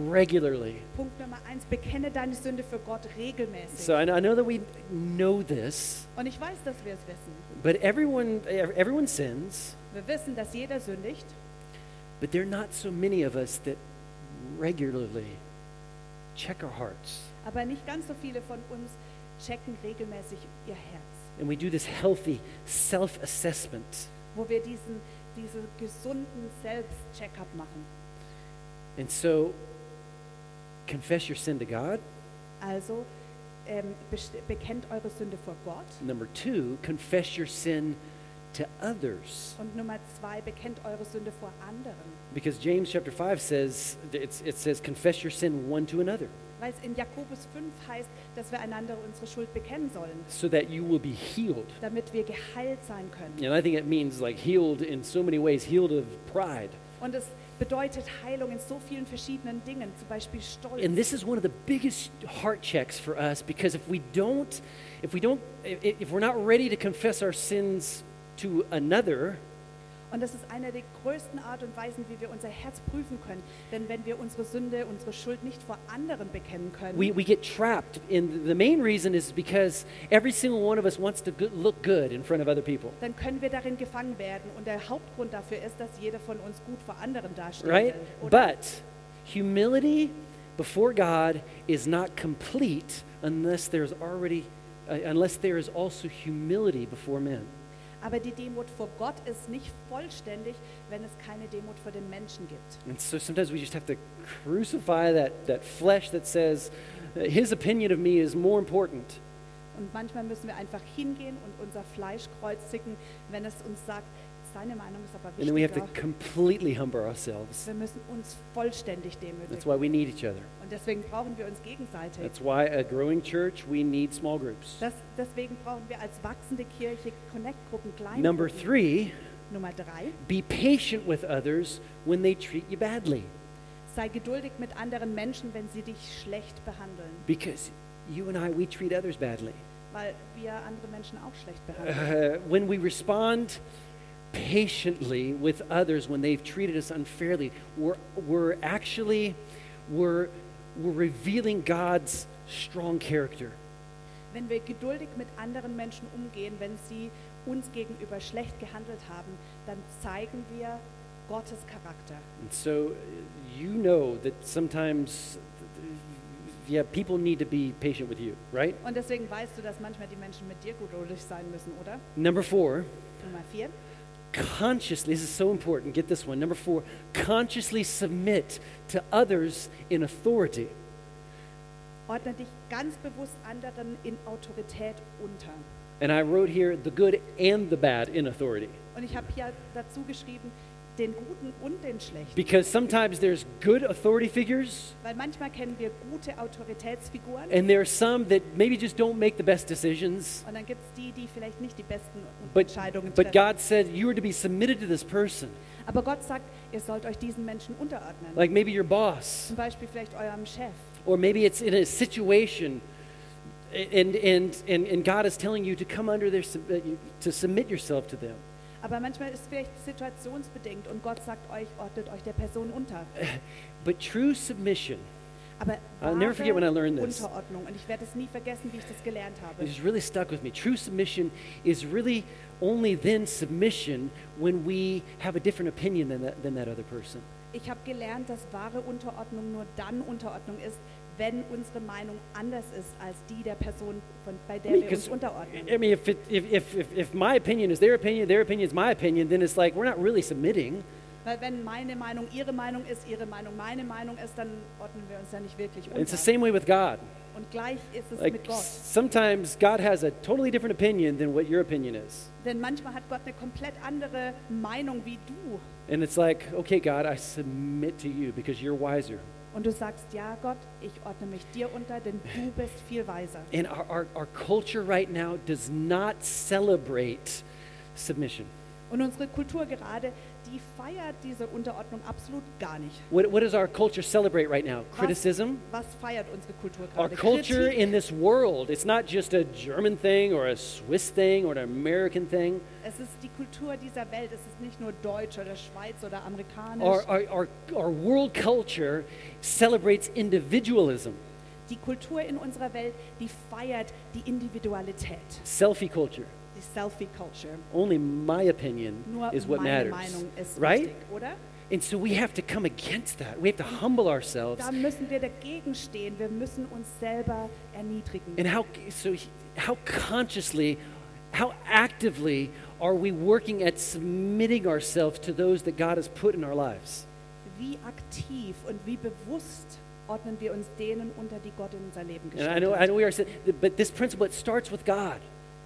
Speaker 1: regularly.
Speaker 2: Punkt Nummer eins, bekenne deine Sünde für Gott regelmäßig.
Speaker 1: So I know, I know that we know this,
Speaker 2: Und ich weiß, dass wir es wissen.
Speaker 1: but everyone ev- everyone sins,
Speaker 2: Wir wissen, dass jeder sündigt,
Speaker 1: but there are not so many of us that regularly check our hearts.
Speaker 2: Aber nicht ganz so viele von uns checken regelmäßig ihr Herz,
Speaker 1: And we do this healthy self assessment.
Speaker 2: wo wir diesen, diesen gesunden Selbst-Check-up machen.
Speaker 1: And so, confess your sin to God.
Speaker 2: Also ähm, best- bekennt eure Sünde vor Gott.
Speaker 1: Number two, confess your sin to others.
Speaker 2: Und Nummer zwei, bekennt eure Sünde vor anderen.
Speaker 1: Because James chapter 5 says, it's, it says, confess your sin one to another,
Speaker 2: Weil es in Jakobus 5 heißt, dass wir einander unsere Schuld bekennen sollen,
Speaker 1: so that you will be healed.
Speaker 2: damit wir geheilt sein können.
Speaker 1: And I think it means like healed in so many ways, healed of pride.
Speaker 2: Und es bedeutet Heilung in so vielen verschiedenen Dingen, zum Beispiel Stolz.
Speaker 1: And this is one of the biggest heart checks for us because if we don't, if we don't, i- i- if we're not ready to confess our sins to another,
Speaker 2: Und das ist eine der größten Art und Weisen, wie wir unser Herz prüfen können. Denn wenn wir unsere Sünde, unsere Schuld nicht vor anderen bekennen können,
Speaker 1: we, we get trapped. And the main reason is because every single one of us wants to go- look good in front of other people.
Speaker 2: dann können wir darin gefangen werden. Und der Hauptgrund dafür ist, dass jeder von uns gut vor anderen dasteht.
Speaker 1: right?
Speaker 2: Oder-
Speaker 1: But humility before God is not complete unless there's already, uh, unless there is also humility before men.
Speaker 2: Aber die Demut vor Gott ist nicht vollständig, wenn es keine Demut vor den Menschen gibt.
Speaker 1: And so sometimes we just have to crucify that, that flesh that says, uh, his opinion of me is more important.
Speaker 2: Und manchmal müssen wir einfach hingehen und unser Fleisch kreuzigen, wenn es uns sagt, seine Meinung ist aber
Speaker 1: And then we have to
Speaker 2: wichtiger.
Speaker 1: completely humble ourselves.
Speaker 2: Wir müssen uns vollständig
Speaker 1: That's
Speaker 2: demütigen.
Speaker 1: why we need each other.
Speaker 2: Und deswegen brauchen wir uns gegenseitig.
Speaker 1: That's why a growing church, we need small groups.
Speaker 2: Das, deswegen brauchen wir als wachsende Kirche Connect-Gruppen, kleine
Speaker 1: Number
Speaker 2: Gruppen.
Speaker 1: three,
Speaker 2: Nummer drei,
Speaker 1: be patient with others when they treat you badly.
Speaker 2: sei geduldig mit anderen Menschen, wenn sie dich schlecht behandeln,
Speaker 1: Because you and I, we treat others badly.
Speaker 2: weil wir andere Menschen auch schlecht
Speaker 1: Uh,
Speaker 2: behandeln.
Speaker 1: when we respond patiently with others when they've treated us unfairly, we're, we're actually we're, we're revealing God's strong character.
Speaker 2: Wenn wir geduldig mit anderen Menschen umgehen, wenn sie uns gegenüber schlecht gehandelt haben, dann zeigen wir Gottes Charakter.
Speaker 1: And so uh, you know that sometimes yeah, people need to be patient with you, right?
Speaker 2: Und deswegen weißt du, dass manchmal die Menschen mit dir geduldig sein müssen, oder?
Speaker 1: Number 4,
Speaker 2: Nummer vier,
Speaker 1: consciously, this is so important, get this one. Number 4, consciously submit to others in authority.
Speaker 2: ordne dich ganz bewusst anderen in Autorität unter.
Speaker 1: And I wrote here the good and the bad in authority.
Speaker 2: Und ich habe hier dazu geschrieben, den Guten und den Schlechten.
Speaker 1: Because sometimes there's good authority figures,
Speaker 2: Weil manchmal kennen wir gute Autoritätsfiguren
Speaker 1: and there are some that maybe just don't make the best decisions.
Speaker 2: und dann gibt es die, die vielleicht nicht die besten
Speaker 1: But,
Speaker 2: Entscheidungen
Speaker 1: but
Speaker 2: treffen.
Speaker 1: God said you are to be submitted to this person,
Speaker 2: Aber Gott sagt, ihr sollt euch diesen Menschen unterordnen.
Speaker 1: like maybe your boss,
Speaker 2: Zum Beispiel vielleicht eurem Chef.
Speaker 1: or maybe it's in a situation, and, and, and, and God is telling you to come under their, sub- uh, you- to submit yourself to them.
Speaker 2: Aber manchmal ist es vielleicht situationsbedingt und Gott sagt euch, ordnet euch der Person unter.
Speaker 1: But true submission
Speaker 2: Aber
Speaker 1: I'll never forget when I learned this.
Speaker 2: Unterordnung und ich werde es nie vergessen, wie ich das gelernt habe.
Speaker 1: It has really stuck with me. True submission is really only then submission when we have a different opinion than that, than that other person.
Speaker 2: Ich habe gelernt, dass wahre Unterordnung nur dann Unterordnung ist, wenn unsere Meinung anders ist als die der Person, von, bei der wir uns
Speaker 1: 'cause-
Speaker 2: unterordnen.
Speaker 1: I mean, if, it, if, if, if, if my opinion is their opinion, their opinion is my opinion, then it's like we're not really submitting.
Speaker 2: Weil wenn meine Meinung ihre Meinung ist, ihre Meinung meine Meinung ist, dann ordnen wir uns ja nicht wirklich
Speaker 1: It's the
Speaker 2: unter.
Speaker 1: same way with God.
Speaker 2: Und gleich ist es
Speaker 1: Like
Speaker 2: mit
Speaker 1: s-
Speaker 2: Gott.
Speaker 1: sometimes God has a totally different opinion than what your opinion is.
Speaker 2: Denn manchmal hat Gott eine komplett andere Meinung wie du.
Speaker 1: And it's like, okay, God, I submit to you because you're wiser.
Speaker 2: Und du sagst, ja Gott, ich ordne mich dir unter, denn du bist viel weiser.
Speaker 1: And our, our, our culture right now does not celebrate submission.
Speaker 2: Und unsere Kultur gerade, die feiert diese Unterordnung absolut gar nicht.
Speaker 1: What, what does our culture celebrate right now? Criticism?
Speaker 2: Was, was feiert unsere Kultur
Speaker 1: Our
Speaker 2: gerade?
Speaker 1: culture
Speaker 2: Kritik.
Speaker 1: in this world, it's not just a German thing or a Swiss thing or an American thing.
Speaker 2: Es ist die Kultur dieser Welt. Es ist nicht nur deutsch oder Schweiz oder amerikanisch.
Speaker 1: Our, our, our, our world culture celebrates individualism,
Speaker 2: die Kultur in unserer Welt, die feiert die Individualität,
Speaker 1: selfie culture.
Speaker 2: die Selfie-Culture.
Speaker 1: Only my opinion
Speaker 2: Nur
Speaker 1: is what
Speaker 2: meine
Speaker 1: matters.
Speaker 2: Meinung ist
Speaker 1: right?
Speaker 2: wichtig, oder?
Speaker 1: And so we have to come against that. We have to humble ourselves.
Speaker 2: Da müssen wir dagegen stehen. Wir müssen uns selber erniedrigen.
Speaker 1: And how so he- how consciously, how actively are we working at submitting ourselves to those that God has put in our lives?
Speaker 2: Wie aktiv und wie bewusst ordnen wir uns denen unter, die Gott in unser Leben
Speaker 1: And I know,
Speaker 2: geschenkt
Speaker 1: I
Speaker 2: hat.
Speaker 1: know we are, saying- but this principle it starts with God.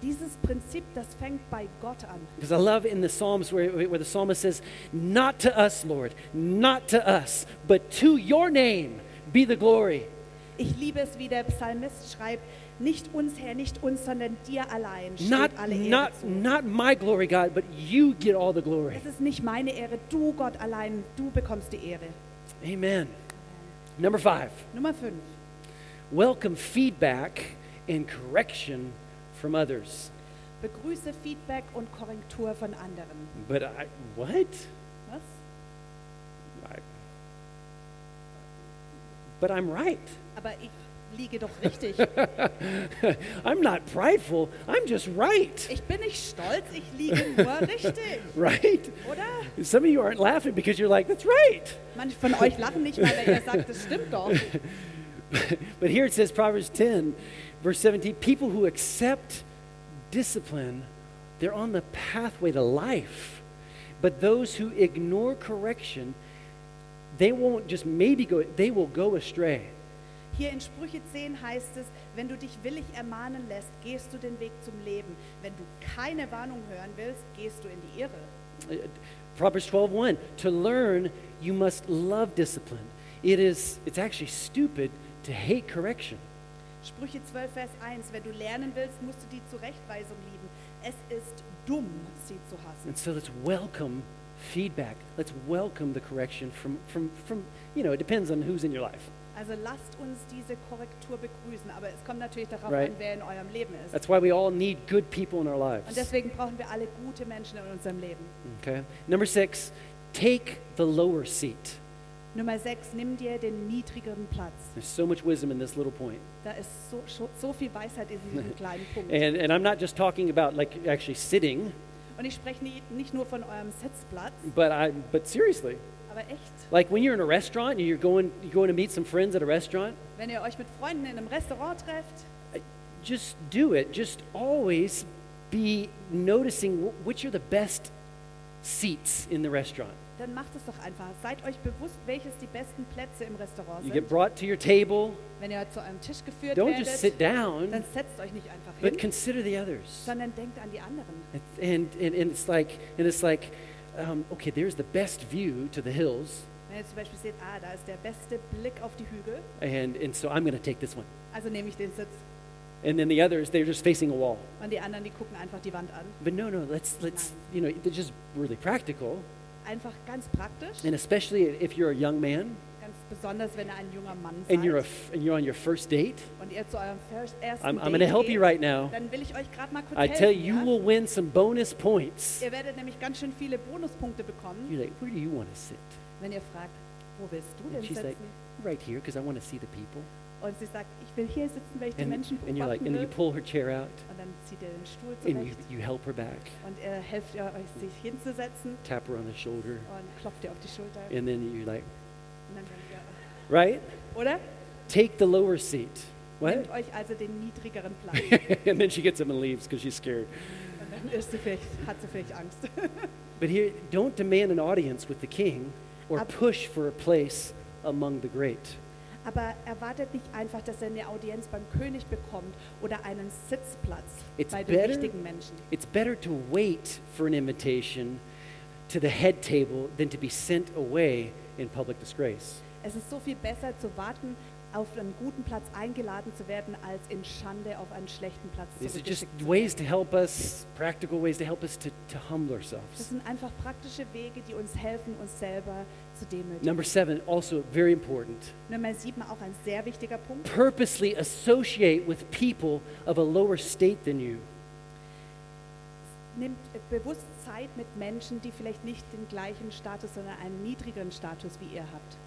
Speaker 2: Dieses Prinzip, das fängt bei Gott an.
Speaker 1: Because I love in the Psalms where, where the psalmist says, "Not to us, Lord, not to us, but to Your name be the glory."
Speaker 2: Ich liebe es, wie der Psalmist schreibt, nicht uns Herr, nicht uns, sondern dir allein steht
Speaker 1: Not,
Speaker 2: alle Ehre
Speaker 1: not,
Speaker 2: zu.
Speaker 1: not my glory, God, but You get all the glory.
Speaker 2: es ist nicht meine Ehre, du Gott allein, du bekommst die Ehre.
Speaker 1: Amen. Number five.
Speaker 2: Nummer 5.
Speaker 1: Welcome feedback and correction from others.
Speaker 2: Begrüße Feedback und Korrektur von anderen.
Speaker 1: But I, what?
Speaker 2: Was?
Speaker 1: I, but I'm right.
Speaker 2: Aber ich liege doch richtig.
Speaker 1: I'm not prideful. I'm just right.
Speaker 2: Ich bin nicht stolz, ich liege nur richtig,
Speaker 1: Right?
Speaker 2: oder?
Speaker 1: Some of you aren't laughing because you're like, that's right.
Speaker 2: Manche von euch lachen nicht, weil ihr sagt, das stimmt doch.
Speaker 1: But here it says, Proverbs 10, verse 17 people who accept discipline, they're on the pathway to life. But those who ignore correction, they won't just maybe go, they will go astray.
Speaker 2: Hier in Sprüche 10 heißt es, wenn du dich willig ermahnen lässt, gehst du den Weg zum Leben. Wenn du keine Warnung hören willst, gehst du in die Irre.
Speaker 1: Uh, Proverbs 12:1 To learn you must love discipline. It is it's actually stupid to hate correction.
Speaker 2: Sprüche 12, Vers 1, wenn du lernen willst, musst du die Zurechtweisung lieben. Es ist dumm, sie zu hassen.
Speaker 1: And so let's welcome feedback. Let's welcome the correction from from from you know, it depends on who's in your life.
Speaker 2: Also lasst uns diese Korrektur begrüßen, aber es kommt natürlich darauf
Speaker 1: Right.
Speaker 2: an, wer in eurem Leben ist.
Speaker 1: That's why we all need good people in our
Speaker 2: Und
Speaker 1: lives.
Speaker 2: deswegen brauchen wir alle gute Menschen in unserem Leben.
Speaker 1: Okay. Number 6, take the lower seat.
Speaker 2: Nummer 6, nimm dir den niedrigeren Platz.
Speaker 1: There's so much wisdom in this little point.
Speaker 2: Da ist so, so, so viel Weisheit in diesem kleinen Punkt.
Speaker 1: And and I'm not just talking about like actually sitting,
Speaker 2: Und ich spreche nie, nicht nur von eurem Sitzplatz,
Speaker 1: but I but seriously,
Speaker 2: aber echt,
Speaker 1: Like when you're in a restaurant and you're going, you're going to meet some friends at a restaurant,
Speaker 2: wenn ihr euch mit Freunden in einem Restaurant trefft,
Speaker 1: just do it. Just always be noticing wh- which are the best seats in the restaurant.
Speaker 2: dann macht es doch einfach. Seid euch bewusst, welches die besten Plätze im Restaurant
Speaker 1: You get
Speaker 2: sind.
Speaker 1: brought to your table.
Speaker 2: Wenn ihr zu eurem Tisch geführt
Speaker 1: Don't just sit
Speaker 2: werdet,
Speaker 1: down,
Speaker 2: dann setzt euch nicht einfach
Speaker 1: but
Speaker 2: hin,
Speaker 1: consider the others.
Speaker 2: sondern denkt an die anderen.
Speaker 1: And, and, and it's like, and it's like um, okay, there's the best view to the hills,
Speaker 2: Wenn ihr zum Beispiel seht, ah, da ist der beste Blick auf die Hügel,
Speaker 1: and, and so I'm going to take this one.
Speaker 2: also nehme ich den Sitz.
Speaker 1: And then the others, they're just facing a wall.
Speaker 2: Und die anderen, die gucken einfach die Wand an.
Speaker 1: But no, no, let's, let's you know, they're just really practical.
Speaker 2: Einfach ganz praktisch,
Speaker 1: And especially if you're a young man,
Speaker 2: ganz besonders, wenn ihr ein junger Mann seid
Speaker 1: and you're, a f- and you're on your first date,
Speaker 2: und ihr zu eurem first, ersten
Speaker 1: I'm, I'm
Speaker 2: Date
Speaker 1: going to help you
Speaker 2: geht,
Speaker 1: right now.
Speaker 2: dann will ich euch gerade mal kurz
Speaker 1: I
Speaker 2: helfen.
Speaker 1: tell you, you
Speaker 2: ja?
Speaker 1: will win some bonus points.
Speaker 2: Ihr werdet nämlich ganz schön viele Bonuspunkte bekommen,
Speaker 1: You're like, where do you want to sit?
Speaker 2: wenn ihr fragt, wo willst du denn
Speaker 1: And she's
Speaker 2: sitzen?
Speaker 1: like, right here, because I want to see the people.
Speaker 2: und sie sagt, ich will hier sitzen, weil ich die
Speaker 1: And,
Speaker 2: Menschen
Speaker 1: and you're like,
Speaker 2: beobachten
Speaker 1: and then
Speaker 2: will.
Speaker 1: you pull her chair out,
Speaker 2: und dann zieht ihr den Stuhl
Speaker 1: and you,
Speaker 2: zurecht
Speaker 1: you help her back,
Speaker 2: und er helft ihr euch, sich hinzusetzen
Speaker 1: tap her on the shoulder,
Speaker 2: und klopft ihr auf die Schulter.
Speaker 1: and then you're like,
Speaker 2: Und dann sagt ihr,
Speaker 1: right?
Speaker 2: oder?
Speaker 1: Take the lower seat. What?
Speaker 2: Nehmt euch also den niedrigeren Platz.
Speaker 1: and then she gets up and leaves because she's scared.
Speaker 2: und dann ist sie vielleicht, hat sie vielleicht Angst.
Speaker 1: But here, don't demand an audience with the king or
Speaker 2: Ab-
Speaker 1: push for a place among the great.
Speaker 2: Aber erwartet nicht einfach, dass ihr eine Audienz beim König bekommt oder einen Sitzplatz
Speaker 1: It's
Speaker 2: bei den
Speaker 1: better-
Speaker 2: wichtigen Menschen.
Speaker 1: It's better to wait for an invitation to the head table than to be sent away in public disgrace.
Speaker 2: Es ist so viel besser zu warten, auf einen guten Platz eingeladen zu werden, als in Schande auf einen schlechten Platz
Speaker 1: These are just
Speaker 2: zurückgeschickt zu werden.
Speaker 1: ways to help us, practical ways to help us to, to humble
Speaker 2: Das
Speaker 1: ourselves.
Speaker 2: sind einfach praktische Wege, die uns helfen, uns selber zu demütigen.
Speaker 1: Number seven, also very important.
Speaker 2: Nummer sieben, auch ein sehr wichtiger Punkt.
Speaker 1: Purposely associate with people of a lower state than you.
Speaker 2: Nimmt äh, bewusst Zeit mit Menschen, die vielleicht nicht den gleichen Status, sondern einen niedrigeren Status wie ihr habt.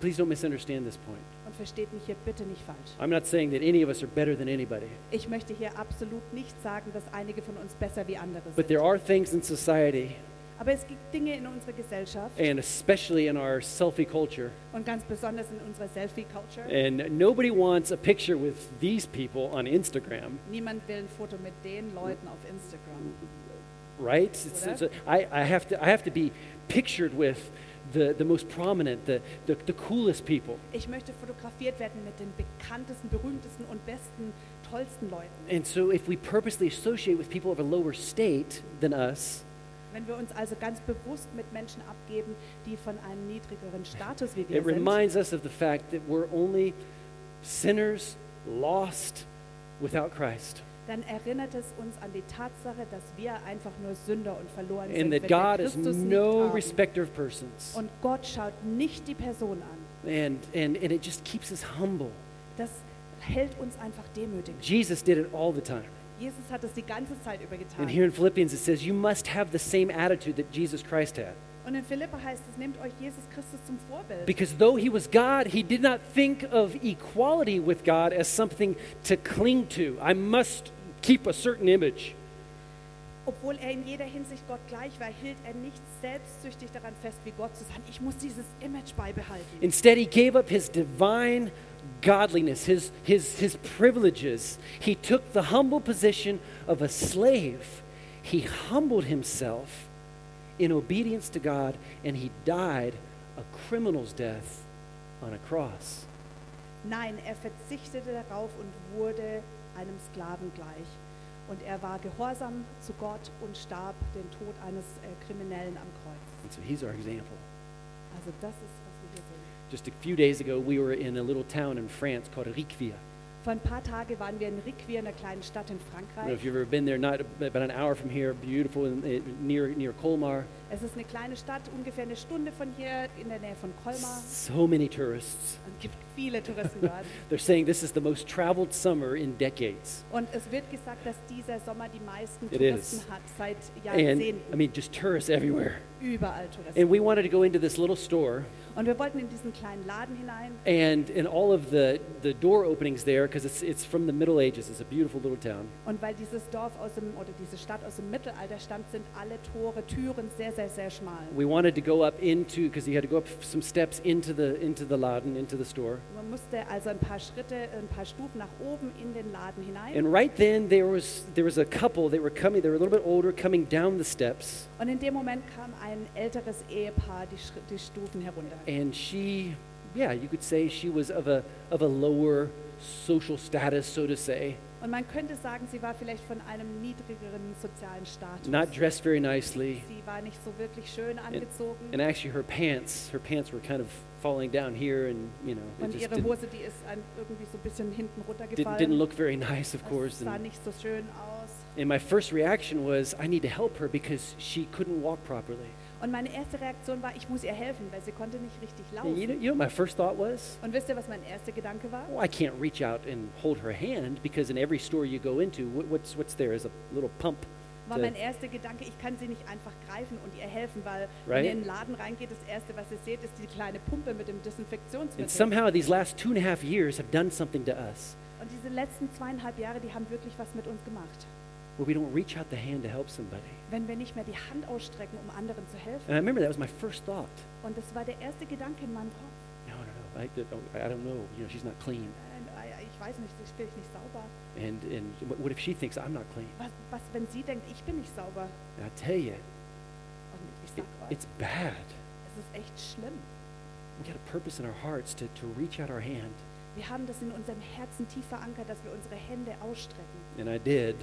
Speaker 1: Please don't misunderstand this point.
Speaker 2: Und versteht mich hier bitte nicht falsch.
Speaker 1: I'm not saying that any of us are better than anybody,
Speaker 2: Ich möchte hier absolut nicht sagen, dass einige von uns besser wie andere
Speaker 1: but
Speaker 2: sind.
Speaker 1: there are things in society
Speaker 2: Aber es gibt Dinge in unserer Gesellschaft
Speaker 1: and especially in our selfie culture.
Speaker 2: und ganz besonders in unserer Selfie-Culture.
Speaker 1: And nobody wants a picture with these people on Instagram,
Speaker 2: Niemand will ein Foto mit den Leuten auf Instagram.
Speaker 1: right? It's, it's a, I, I, have to, I have to be pictured with the, the most prominent, the, the, the coolest people.
Speaker 2: Ich möchte fotografiert werden mit den bekanntesten, berühmtesten und besten, tollsten Leuten.
Speaker 1: And so if we purposely associate with people of a lower state than us,
Speaker 2: Wenn wir uns also ganz bewusst mit Menschen abgeben, die von einem niedrigeren Status wie wir
Speaker 1: it
Speaker 2: sind,
Speaker 1: reminds us of the fact that we're only sinners lost without Christ.
Speaker 2: dann erinnert es uns an die Tatsache, dass wir einfach nur Sünder und verloren sind.
Speaker 1: And
Speaker 2: wenn
Speaker 1: that
Speaker 2: wir
Speaker 1: God is
Speaker 2: Christus nicht
Speaker 1: no
Speaker 2: haben.
Speaker 1: respecter of persons.
Speaker 2: Und Gott schaut nicht die Person an.
Speaker 1: And, and, and it just keeps us humble.
Speaker 2: Das hält uns einfach demütig.
Speaker 1: Jesus did it all the time.
Speaker 2: Jesus hat es die ganze Zeit über getan.
Speaker 1: And here in Philippians it says, You must have the same attitude that Jesus Christ had.
Speaker 2: Und in Philippa heißt es, nehmt euch Jesus Christus zum Vorbild.
Speaker 1: Because though he was God, he did not think of equality with God as something to cling to. I must keep a certain image.
Speaker 2: Obwohl er in jeder Hinsicht Gott gleich war, hielt er nicht selbstsüchtig daran fest, wie Gott zu sein. Ich muss dieses Image beibehalten.
Speaker 1: Instead, he gave up his divine godliness, his, his, his privileges. He took the humble position of a slave. He humbled himself in obedience to God, and he died a criminal's death on a cross.
Speaker 2: Nein, er verzichtete darauf und wurde einem Sklaven gleich. Und er war gehorsam zu Gott und starb den Tod eines äh, Kriminellen am Kreuz.
Speaker 1: And so he's our example.
Speaker 2: Also das ist, was wir hier sehen.
Speaker 1: Just a few days ago, we were in a little town in France called Riqueville.
Speaker 2: Vor ein paar Tagen waren wir in Riquier, einer kleinen Stadt in
Speaker 1: I don't know if
Speaker 2: Frankreich.
Speaker 1: you've ever been there, not about an hour from here, beautiful in, in, near, near Colmar.
Speaker 2: Es ist eine kleine Stadt, ungefähr eine Stunde von hier, in der Nähe von Colmar.
Speaker 1: So many tourists.
Speaker 2: Es gibt viele Touristen dort.
Speaker 1: They're saying this is the most traveled summer in decades.
Speaker 2: Und es wird gesagt, dass dieser Sommer die meisten
Speaker 1: It
Speaker 2: Touristen
Speaker 1: is.
Speaker 2: hat, seit
Speaker 1: And I
Speaker 2: Jahrzehnten.
Speaker 1: mean, just tourists everywhere.
Speaker 2: Überall Touristen.
Speaker 1: And we wanted to go into this little store,
Speaker 2: Und wir wollten in diesen kleinen Laden hinein.
Speaker 1: and in all of the, the door openings there, because it's, it's from the Middle Ages, it's a beautiful little town.
Speaker 2: Und weil dieses Dorf aus dem, oder diese Stadt aus dem Mittelalter stammt, sind alle Tore, Türen sehr, sehr, sehr schmal.
Speaker 1: We wanted to go up into, because you had to go up some steps into the, into the Laden, into the store.
Speaker 2: Man musste also ein paar Schritte, ein paar Stufen nach oben in den Laden hinein.
Speaker 1: And right then, there was, there was a couple that were coming, they were a little bit older, coming down the steps.
Speaker 2: Und in dem Moment kam ein älteres Ehepaar die, Schri- die Stufen herunter.
Speaker 1: and she yeah you could say she was of a of a lower social status so to say
Speaker 2: Und man könnte sagen, sie war vielleicht von einem niedrigeren sozialen Status.
Speaker 1: not dressed very nicely
Speaker 2: Sie war nicht so wirklich schön angezogen.
Speaker 1: and actually her pants her pants were kind of falling down here and you know it
Speaker 2: Und
Speaker 1: just
Speaker 2: ihre
Speaker 1: didn't,
Speaker 2: Hose, die ist an- irgendwie so ein bisschen hinten
Speaker 1: didn't,
Speaker 2: runtergefallen. Also
Speaker 1: didn't look very nice of course
Speaker 2: es sah
Speaker 1: and,
Speaker 2: nicht so schön aus.
Speaker 1: and my first reaction was i need to help her because she couldn't walk properly
Speaker 2: Und meine erste Reaktion war, ich muss ihr helfen, weil sie konnte nicht richtig
Speaker 1: and you know,
Speaker 2: laufen.
Speaker 1: you know what my first thought was
Speaker 2: Und wisst ihr, was mein erster Gedanke war?
Speaker 1: well, oh, I can't reach out and hold her hand because in every store you go into, what, what's what's there is a little pump.
Speaker 2: War
Speaker 1: to-
Speaker 2: mein erster Gedanke, ich kann sie nicht einfach greifen und ihr helfen, weil
Speaker 1: Right.
Speaker 2: wenn ihr in den Laden reingeht, das erste, was ihr seht, ist die kleine Pumpe mit dem Desinfektionsmittel.
Speaker 1: and somehow these last two and a half years have done something to us.
Speaker 2: und diese letzten zweieinhalb Jahre, die haben wirklich was mit uns gemacht.
Speaker 1: where we don't reach out the hand to help somebody.
Speaker 2: Wenn wir nicht mehr die Hand ausstrecken, um anderen zu helfen.
Speaker 1: And I remember that was my first thought.
Speaker 2: Und das war der erste Gedanke in meinem Kopf.
Speaker 1: No, no, no. I, don't- I don't know. You know, she's not clean.
Speaker 2: Äh, Ich weiß nicht, sie spielt nicht sauber.
Speaker 1: And, and what- what if she thinks I'm not clean?
Speaker 2: Was, was, wenn sie denkt, ich bin nicht sauber?
Speaker 1: And I tell you,
Speaker 2: Und ich
Speaker 1: it,
Speaker 2: sag euch,
Speaker 1: it's bad.
Speaker 2: es ist echt schlimm.
Speaker 1: We got a purpose in our hearts to, to reach out our hand.
Speaker 2: Wir haben das in unserem Herzen tief verankert, dass wir unsere Hände ausstrecken.
Speaker 1: And I did.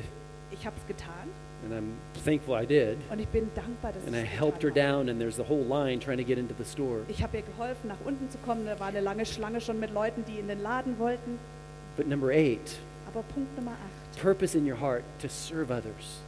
Speaker 2: Ich habe es getan
Speaker 1: And I'm thankful I did.
Speaker 2: und ich bin dankbar, dass
Speaker 1: And I
Speaker 2: ich es
Speaker 1: helped her
Speaker 2: getan habe.
Speaker 1: down, and there's the whole line trying to get into the store.
Speaker 2: Ich habe ihr geholfen, nach unten zu kommen. Da war eine lange Schlange schon mit Leuten, die in den Laden wollten.
Speaker 1: But number eight,
Speaker 2: Aber Punkt Nummer 8.
Speaker 1: purpose in your heart to serve others.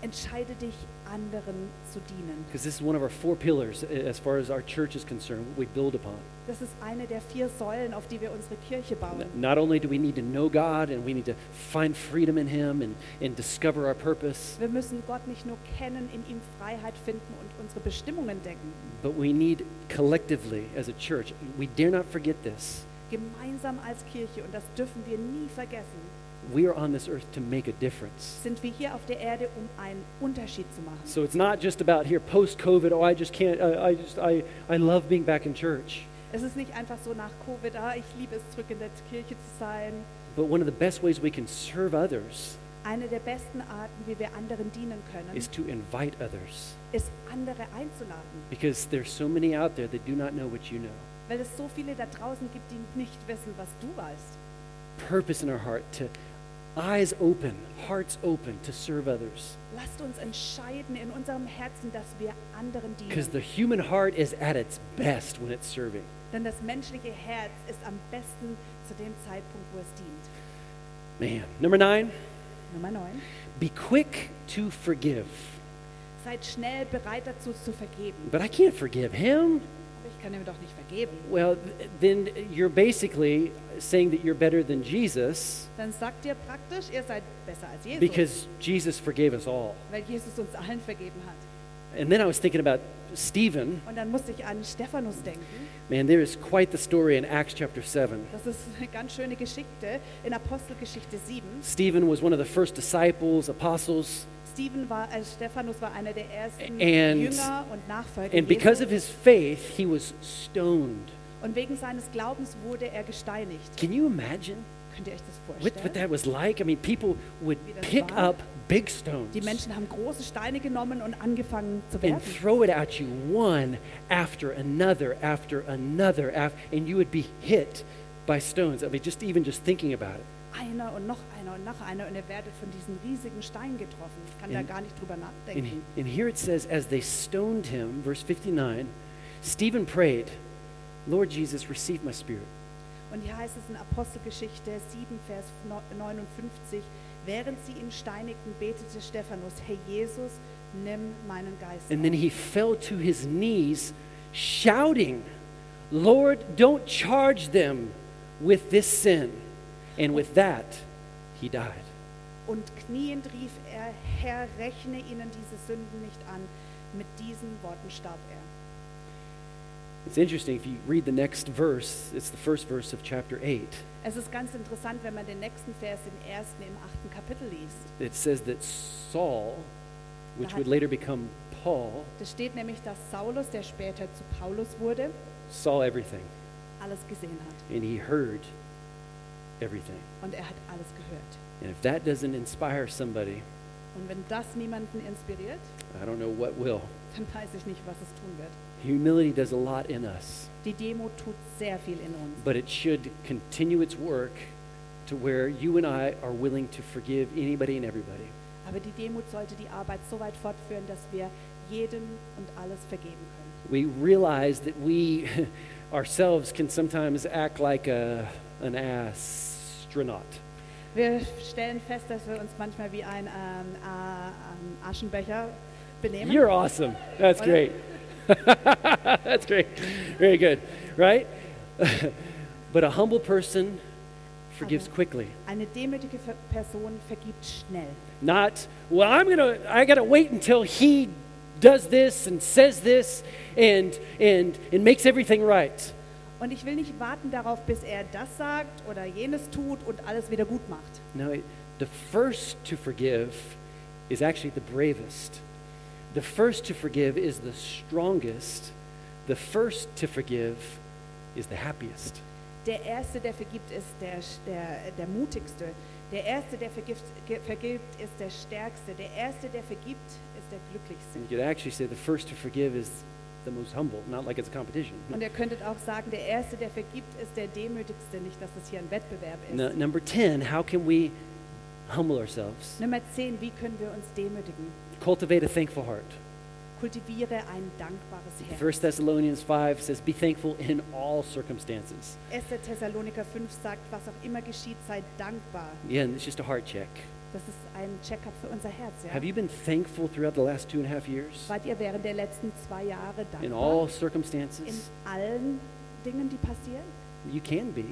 Speaker 2: Entscheide dich, anderen zu dienen.
Speaker 1: Because this is one of our four pillars a- as far as our church is concerned, what we build upon.
Speaker 2: Das ist eine der vier Säulen, auf die wir unsere Kirche
Speaker 1: N-
Speaker 2: bauen.
Speaker 1: Not only do we need to know God and we need to find freedom in Him and, and discover our purpose,
Speaker 2: Wir müssen Gott nicht nur kennen, in ihm Freiheit finden und unsere Bestimmung entdecken.
Speaker 1: but we need collectively as a church, we dare not forget this.
Speaker 2: Gemeinsam als Kirche, und das dürfen wir nie vergessen,
Speaker 1: we are on this earth to make a difference.
Speaker 2: sind wir hier auf der Erde, um einen Unterschied zu machen.
Speaker 1: So it's not just about here post COVID, oh, I just can't, I, I just, I, I love being back in church.
Speaker 2: Es ist nicht einfach so nach Covid, ah, ich liebe es, zurück in der Kirche zu sein.
Speaker 1: But one of the best ways we can serve others
Speaker 2: Eine der besten Arten, wie wir anderen dienen können,
Speaker 1: is to invite others
Speaker 2: ist andere einzuladen.
Speaker 1: because there's so many out there that do not know what you know.
Speaker 2: Weil es so viele da draußen gibt, die nicht wissen, was du weißt.
Speaker 1: Purpose in our heart to eyes open, hearts open to serve others
Speaker 2: Lasst uns entscheiden in unserem Herzen, dass wir anderen
Speaker 1: because the
Speaker 2: dienen.
Speaker 1: human heart is at its best when it's serving.
Speaker 2: Denn das menschliche Herz ist am besten zu dem Zeitpunkt, wo es dient.
Speaker 1: Man. Number nine,
Speaker 2: Nummer 9.
Speaker 1: be quick to forgive.
Speaker 2: Seid schnell bereit dazu zu vergeben.
Speaker 1: But I can't forgive him.
Speaker 2: Aber ich kann ihm doch nicht vergeben.
Speaker 1: Well, th- then you're basically saying that you're better than Jesus
Speaker 2: Dann sagt ihr praktisch, ihr seid besser als Jesus,
Speaker 1: because Jesus forgave us all.
Speaker 2: weil Jesus uns allen vergeben hat.
Speaker 1: And then I was thinking about Stephen.
Speaker 2: Und dann musste ich an Stephanus denken.
Speaker 1: Man, there is quite the story in Acts chapter 7.
Speaker 2: Das ist eine ganz schöne Geschichte in Apostelgeschichte 7.
Speaker 1: Stephen was one of the first disciples, apostles,
Speaker 2: Stephen war, äh, Stephanus war einer der ersten
Speaker 1: And-
Speaker 2: Jünger und Nachfolger
Speaker 1: and
Speaker 2: Jesu.
Speaker 1: because of his faith, he was stoned.
Speaker 2: und wegen seines Glaubens wurde er gesteinigt.
Speaker 1: Can you imagine
Speaker 2: Könnt ihr euch das
Speaker 1: what,
Speaker 2: vorstellen?
Speaker 1: what that was like? I mean, people would
Speaker 2: Wie das
Speaker 1: pick
Speaker 2: war.
Speaker 1: up big stones
Speaker 2: Die Menschen haben große Steine genommen und angefangen zu
Speaker 1: and
Speaker 2: werfen.
Speaker 1: throw it at you one after another after another, af- and you would be hit by stones. I mean, just even just thinking about it.
Speaker 2: Einer und noch einer und noch einer und ihr werdet von diesen riesigen Steinen getroffen. Ich kann da
Speaker 1: In-
Speaker 2: gar nicht drüber
Speaker 1: And,
Speaker 2: nachdenken.
Speaker 1: and here it says, as they stoned him, verse 59, Stephen prayed, Lord Jesus, receive my spirit.
Speaker 2: Und hier heißt es in Apostelgeschichte 7, Vers no- 59, während sie ihn steinigten, betete Stephanus, Herr Jesus, nimm meinen Geist.
Speaker 1: And
Speaker 2: an."
Speaker 1: then he fell to his knees, shouting, Lord, don't charge them with this sin. And with that, he died.
Speaker 2: Und kniend rief er, Herr, rechne ihnen diese Sünden nicht an. Mit diesen Worten starb er.
Speaker 1: It's interesting if you read the next verse, it's the first verse of chapter 8.
Speaker 2: Es ist ganz interessant, wenn man den nächsten Vers im ersten, im achten Kapitel liest.
Speaker 1: It says that Saul, which would later become Paul,
Speaker 2: Da steht nämlich, dass Saulus, der später zu Paulus wurde,
Speaker 1: saw everything
Speaker 2: alles gesehen hat.
Speaker 1: and he heard everything.
Speaker 2: Und er hat alles gehört.
Speaker 1: And if that doesn't inspire somebody,
Speaker 2: Und wenn das niemanden inspiriert,
Speaker 1: I don't know what will.
Speaker 2: dann weiß ich nicht, was es tun wird.
Speaker 1: Humility does a lot in us,
Speaker 2: Die Demo tut sehr viel in uns.
Speaker 1: but it should continue its work to where you and I are willing to forgive anybody and everybody.
Speaker 2: Aber die Demut sollte die Arbeit so weit fortführen, dass wir jedem und alles vergeben können.
Speaker 1: We realize that we ourselves can sometimes act like a, an astronaut.
Speaker 2: Wir stellen fest, dass wir uns manchmal wie ein ähm, äh, ähm, Aschenbecher benehmen.
Speaker 1: You're awesome. That's great. That's great. Very good. Right? but a humble person forgives
Speaker 2: Okay.
Speaker 1: quickly.
Speaker 2: Eine demütige Ver- Person vergibt schnell.
Speaker 1: Not, well, I'm going to, I got to wait until he does this and says this and, and, and makes everything right.
Speaker 2: Und ich will nicht warten darauf, bis er das sagt oder jenes tut und alles wieder gut macht.
Speaker 1: No, it, the first to forgive is actually the bravest. The first to forgive is the strongest. The first to forgive is the happiest.
Speaker 2: Der Erste, der vergibt, ist der, der, der Mutigste. Der Erste, der vergibt, ge- vergibt, ist der Stärkste. Der Erste, der vergibt, ist der Glücklichste.
Speaker 1: And you could actually say the first to forgive is the most humble, not like it's a competition.
Speaker 2: Und ihr könntet auch sagen, der Erste, der vergibt, ist der Demütigste. Nicht, dass es hier ein Wettbewerb ist.
Speaker 1: Nu- number 10, how can we humble ourselves?
Speaker 2: Nummer 10, wie können wir uns demütigen?
Speaker 1: Cultivate a thankful heart.
Speaker 2: Kultiviere ein dankbares Herz.
Speaker 1: 1 Thessalonians 5 says, Be thankful in all circumstances.
Speaker 2: 1. Thessaloniker 5 sagt, was auch immer geschieht, sei dankbar.
Speaker 1: Again, it's just a heart check.
Speaker 2: Das ist ein Check-up für unser Herz. Ja?
Speaker 1: Have you been thankful throughout the last two and a half years?
Speaker 2: Wart ihr während der letzten zwei Jahre dankbar?
Speaker 1: In all
Speaker 2: in
Speaker 1: circumstances?
Speaker 2: allen Dingen, die passieren?
Speaker 1: You can be.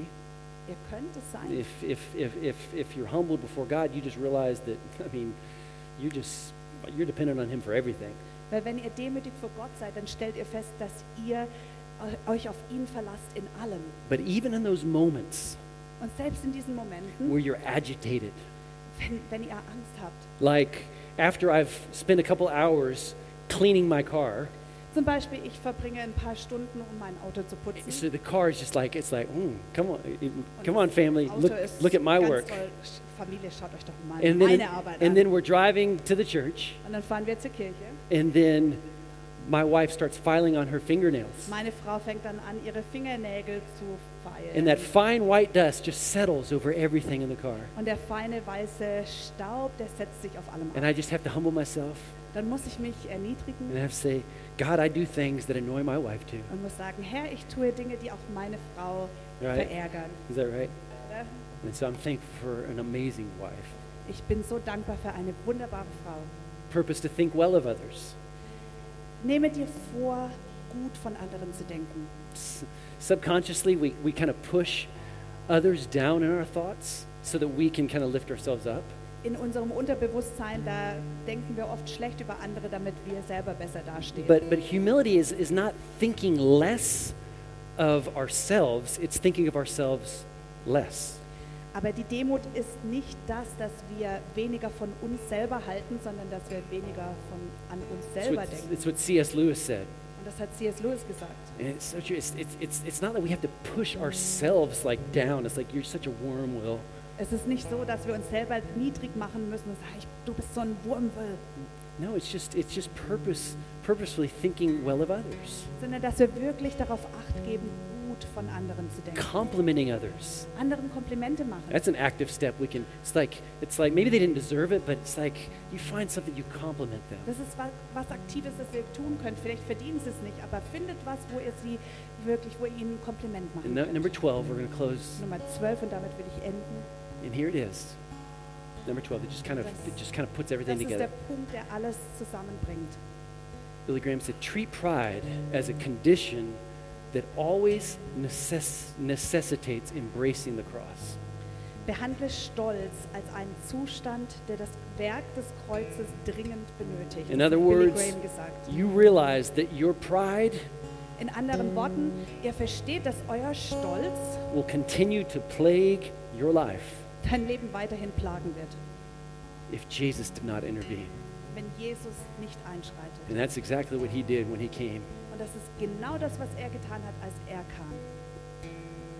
Speaker 2: Ihr könnt es sein.
Speaker 1: If, if, if, if, if you're humbled before God, you just realize that, I mean, you just, you're dependent on Him for everything.
Speaker 2: Weil wenn ihr demütig vor Gott seid, dann stellt ihr fest, dass ihr eu- euch auf ihn verlasst in allem.
Speaker 1: But even in those moments,
Speaker 2: Und selbst in diesen Momenten,
Speaker 1: where you're agitated.
Speaker 2: wenn, wenn ihr Angst habt,
Speaker 1: Like after I've spent a couple hours cleaning my car,
Speaker 2: zum Beispiel ich verbringe ein paar Stunden, um mein Auto zu putzen.
Speaker 1: so the car is just like it's like, mm, come on,
Speaker 2: Und
Speaker 1: come on,
Speaker 2: das
Speaker 1: family,
Speaker 2: Auto
Speaker 1: look
Speaker 2: ist
Speaker 1: look at my
Speaker 2: ganz
Speaker 1: work.
Speaker 2: Toll. Sch- Familie, schaut euch doch mal
Speaker 1: And
Speaker 2: meine
Speaker 1: then,
Speaker 2: Arbeit
Speaker 1: and
Speaker 2: an.
Speaker 1: then we're driving to the church,
Speaker 2: Und dann fahren wir zur Kirche.
Speaker 1: and then my wife starts filing on her fingernails,
Speaker 2: Meine Frau fängt dann an, ihre Fingernägel zu feilen.
Speaker 1: and that fine white dust just settles over everything in the car.
Speaker 2: Und der feine weiße Staub, der setzt sich auf allem
Speaker 1: And
Speaker 2: ab.
Speaker 1: I just have to humble myself
Speaker 2: Dann muss ich mich erniedrigen
Speaker 1: and I have to say, God, I do things that annoy my wife too.
Speaker 2: und muss sagen, Herr, ich tue Dinge, die auch meine Frau
Speaker 1: Right.
Speaker 2: verärgern.
Speaker 1: Is that right?
Speaker 2: Oder?
Speaker 1: And so I'm thankful for an amazing wife.
Speaker 2: Ich bin so dankbar für eine wunderbare Frau.
Speaker 1: Purpose to think well of others.
Speaker 2: Nehme dir vor, gut von anderen zu denken.
Speaker 1: S- subconsciously, we, we kind of push others down in our thoughts so that we can kind of lift ourselves up.
Speaker 2: In unserem Unterbewusstsein, da denken wir oft schlecht über andere, damit wir selber besser dastehen.
Speaker 1: But, but humility is, is not thinking less of ourselves, it's thinking of ourselves less.
Speaker 2: Aber die Demut ist nicht das, dass wir weniger von uns selber halten, sondern dass wir weniger von, an uns
Speaker 1: It's
Speaker 2: selber
Speaker 1: what,
Speaker 2: denken.
Speaker 1: it's what C.S. Lewis said.
Speaker 2: Und das hat C.S. Lewis gesagt.
Speaker 1: And it's so true. It's, it's, it's, it's not that we have to push ourselves like down. It's like you're such a worm, Will.
Speaker 2: Es ist nicht so, dass wir uns selber niedrig machen müssen und sagen, ich, du bist so ein Wurmwill,
Speaker 1: No, it's just it's just purpose purposefully thinking well of others,
Speaker 2: sondern dass wir wirklich darauf acht geben, gut von anderen zu denken.
Speaker 1: complimenting others.
Speaker 2: Anderen Komplimente machen.
Speaker 1: That's an active step. We can. It's like it's like maybe they didn't deserve it, but it's like you find something you compliment them.
Speaker 2: Das ist was, was Aktives, das ihr tun könnt. Vielleicht verdienen sie es nicht, aber findet was, wo ihr sie wirklich, wo ihr ihnen ein Kompliment machen
Speaker 1: And no,
Speaker 2: könnt.
Speaker 1: number twelve, we're going to close,
Speaker 2: Nummer 12 und damit will ich enden.
Speaker 1: and here it is. Number twelve. It just kind of it just kind of puts
Speaker 2: Das
Speaker 1: everything
Speaker 2: ist der
Speaker 1: together.
Speaker 2: Punkt, der alles zusammenbringt.
Speaker 1: Billy Graham said, "Treat pride as a condition that always necess- necessitates embracing the cross."
Speaker 2: Behandle Stolz als einen Zustand, der das Werk des Kreuzes dringend benötigt.
Speaker 1: In other
Speaker 2: hat Billy
Speaker 1: words,
Speaker 2: Graham gesagt.
Speaker 1: you realize that your pride
Speaker 2: In anderen Worten, ihr versteht, dass euer Stolz
Speaker 1: will continue to plague your life
Speaker 2: dein Leben weiterhin plagen wird,
Speaker 1: if Jesus did not intervene.
Speaker 2: wenn Jesus nicht
Speaker 1: And
Speaker 2: einschreitet.
Speaker 1: that's exactly what he did when he came,
Speaker 2: Und das ist genau das, was er getan hat, als er kam,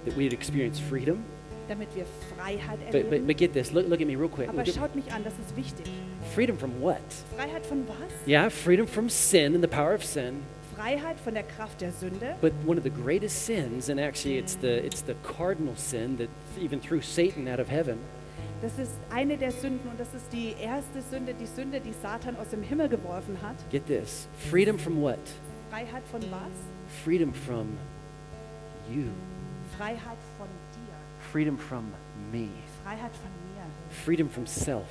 Speaker 1: that we'd experience freedom.
Speaker 2: damit wir Freiheit
Speaker 1: But, but,
Speaker 2: erleben.
Speaker 1: but get this, look, look at me real quick.
Speaker 2: Aber
Speaker 1: Look at-
Speaker 2: schaut mich an, das ist wichtig.
Speaker 1: freedom from what?
Speaker 2: Freiheit von was?
Speaker 1: Yeah, freedom from sin and the power of sin.
Speaker 2: Freiheit von der Kraft der Sünde.
Speaker 1: But one of the greatest sins, and actually it's the, it's the cardinal sin that even threw Satan out of heaven,
Speaker 2: Das ist eine der Sünden und das ist die erste Sünde, die Sünde, die Satan aus dem Himmel geworfen hat.
Speaker 1: get this, freedom from what?
Speaker 2: Freiheit von was?
Speaker 1: Freedom from you,
Speaker 2: Freiheit von dir.
Speaker 1: freedom from me,
Speaker 2: Freiheit von mir.
Speaker 1: freedom from self.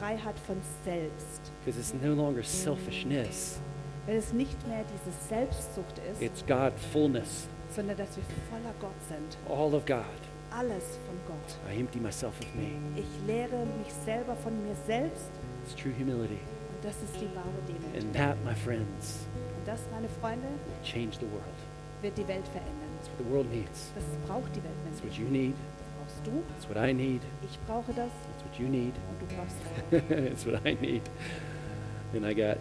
Speaker 2: Freiheit von selbst.
Speaker 1: Because it's no longer selfishness,
Speaker 2: Wenn es nicht mehr diese Selbstsucht ist,
Speaker 1: it's God fullness,
Speaker 2: sondern dass wir voller Gott sind.
Speaker 1: all of God.
Speaker 2: Alles von Gott.
Speaker 1: I empty myself of me.
Speaker 2: Ich lehre mich selber von mir selbst
Speaker 1: It's true humility.
Speaker 2: und das ist die wahre Demut.
Speaker 1: And that, my friends,
Speaker 2: Und das, meine Freunde,
Speaker 1: will change the world.
Speaker 2: wird die Welt verändern.
Speaker 1: That's what the world needs.
Speaker 2: Das braucht die Welt,
Speaker 1: That's what
Speaker 2: Menschen.
Speaker 1: you need.
Speaker 2: Das brauchst du,
Speaker 1: That's what I need.
Speaker 2: ich brauche das
Speaker 1: That's what you need.
Speaker 2: und du brauchst das.
Speaker 1: That's what I need. And I got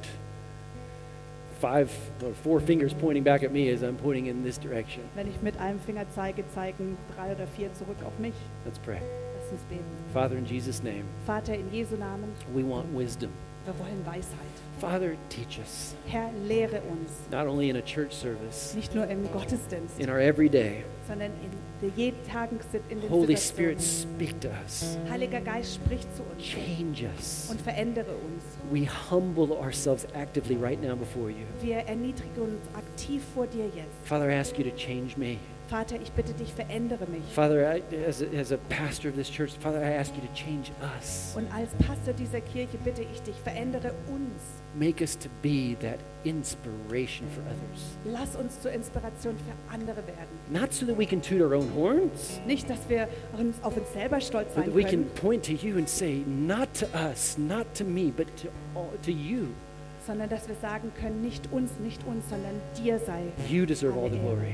Speaker 1: five or four fingers pointing back at me as I'm pointing in this direction.
Speaker 2: Wenn ich mit einem Finger zeige, zeigen drei oder vier zurück auf mich.
Speaker 1: Let's pray.
Speaker 2: Lass uns beten.
Speaker 1: Father, in Jesus' name,
Speaker 2: Vater, in Jesu Namen,
Speaker 1: we want wisdom.
Speaker 2: wir wollen Weisheit.
Speaker 1: Father, teach us,
Speaker 2: Herr, lehre uns,
Speaker 1: not only in a church service,
Speaker 2: nicht nur im Gottesdienst,
Speaker 1: in our everyday.
Speaker 2: sondern in der jeden Tag in den
Speaker 1: Holy Spirit,
Speaker 2: Situationen.
Speaker 1: speak to us,
Speaker 2: Heiliger Geist, sprich zu uns
Speaker 1: change us.
Speaker 2: und verändere uns.
Speaker 1: We humble ourselves actively right now before you.
Speaker 2: Wir erniedrigen uns aktiv vor dir jetzt.
Speaker 1: Father, I ask you to change me.
Speaker 2: Vater, ich bitte dich, verändere mich.
Speaker 1: Father, I, as, a, as a pastor of this church, Father, I ask you to change us.
Speaker 2: Und als Pastor dieser Kirche bitte ich dich, verändere uns.
Speaker 1: Make us to be that inspiration for others.
Speaker 2: Lass uns zur Inspiration für andere werden.
Speaker 1: Not so that we can toot our own horns,
Speaker 2: Nicht, dass wir uns auf uns selber stolz
Speaker 1: but
Speaker 2: sein
Speaker 1: that we can
Speaker 2: können,
Speaker 1: point to you and say, not to us, not to me, but to, all, to you.
Speaker 2: sondern dass wir sagen können, nicht uns, nicht uns, sondern dir sei.
Speaker 1: You deserve all the
Speaker 2: Amen.
Speaker 1: glory.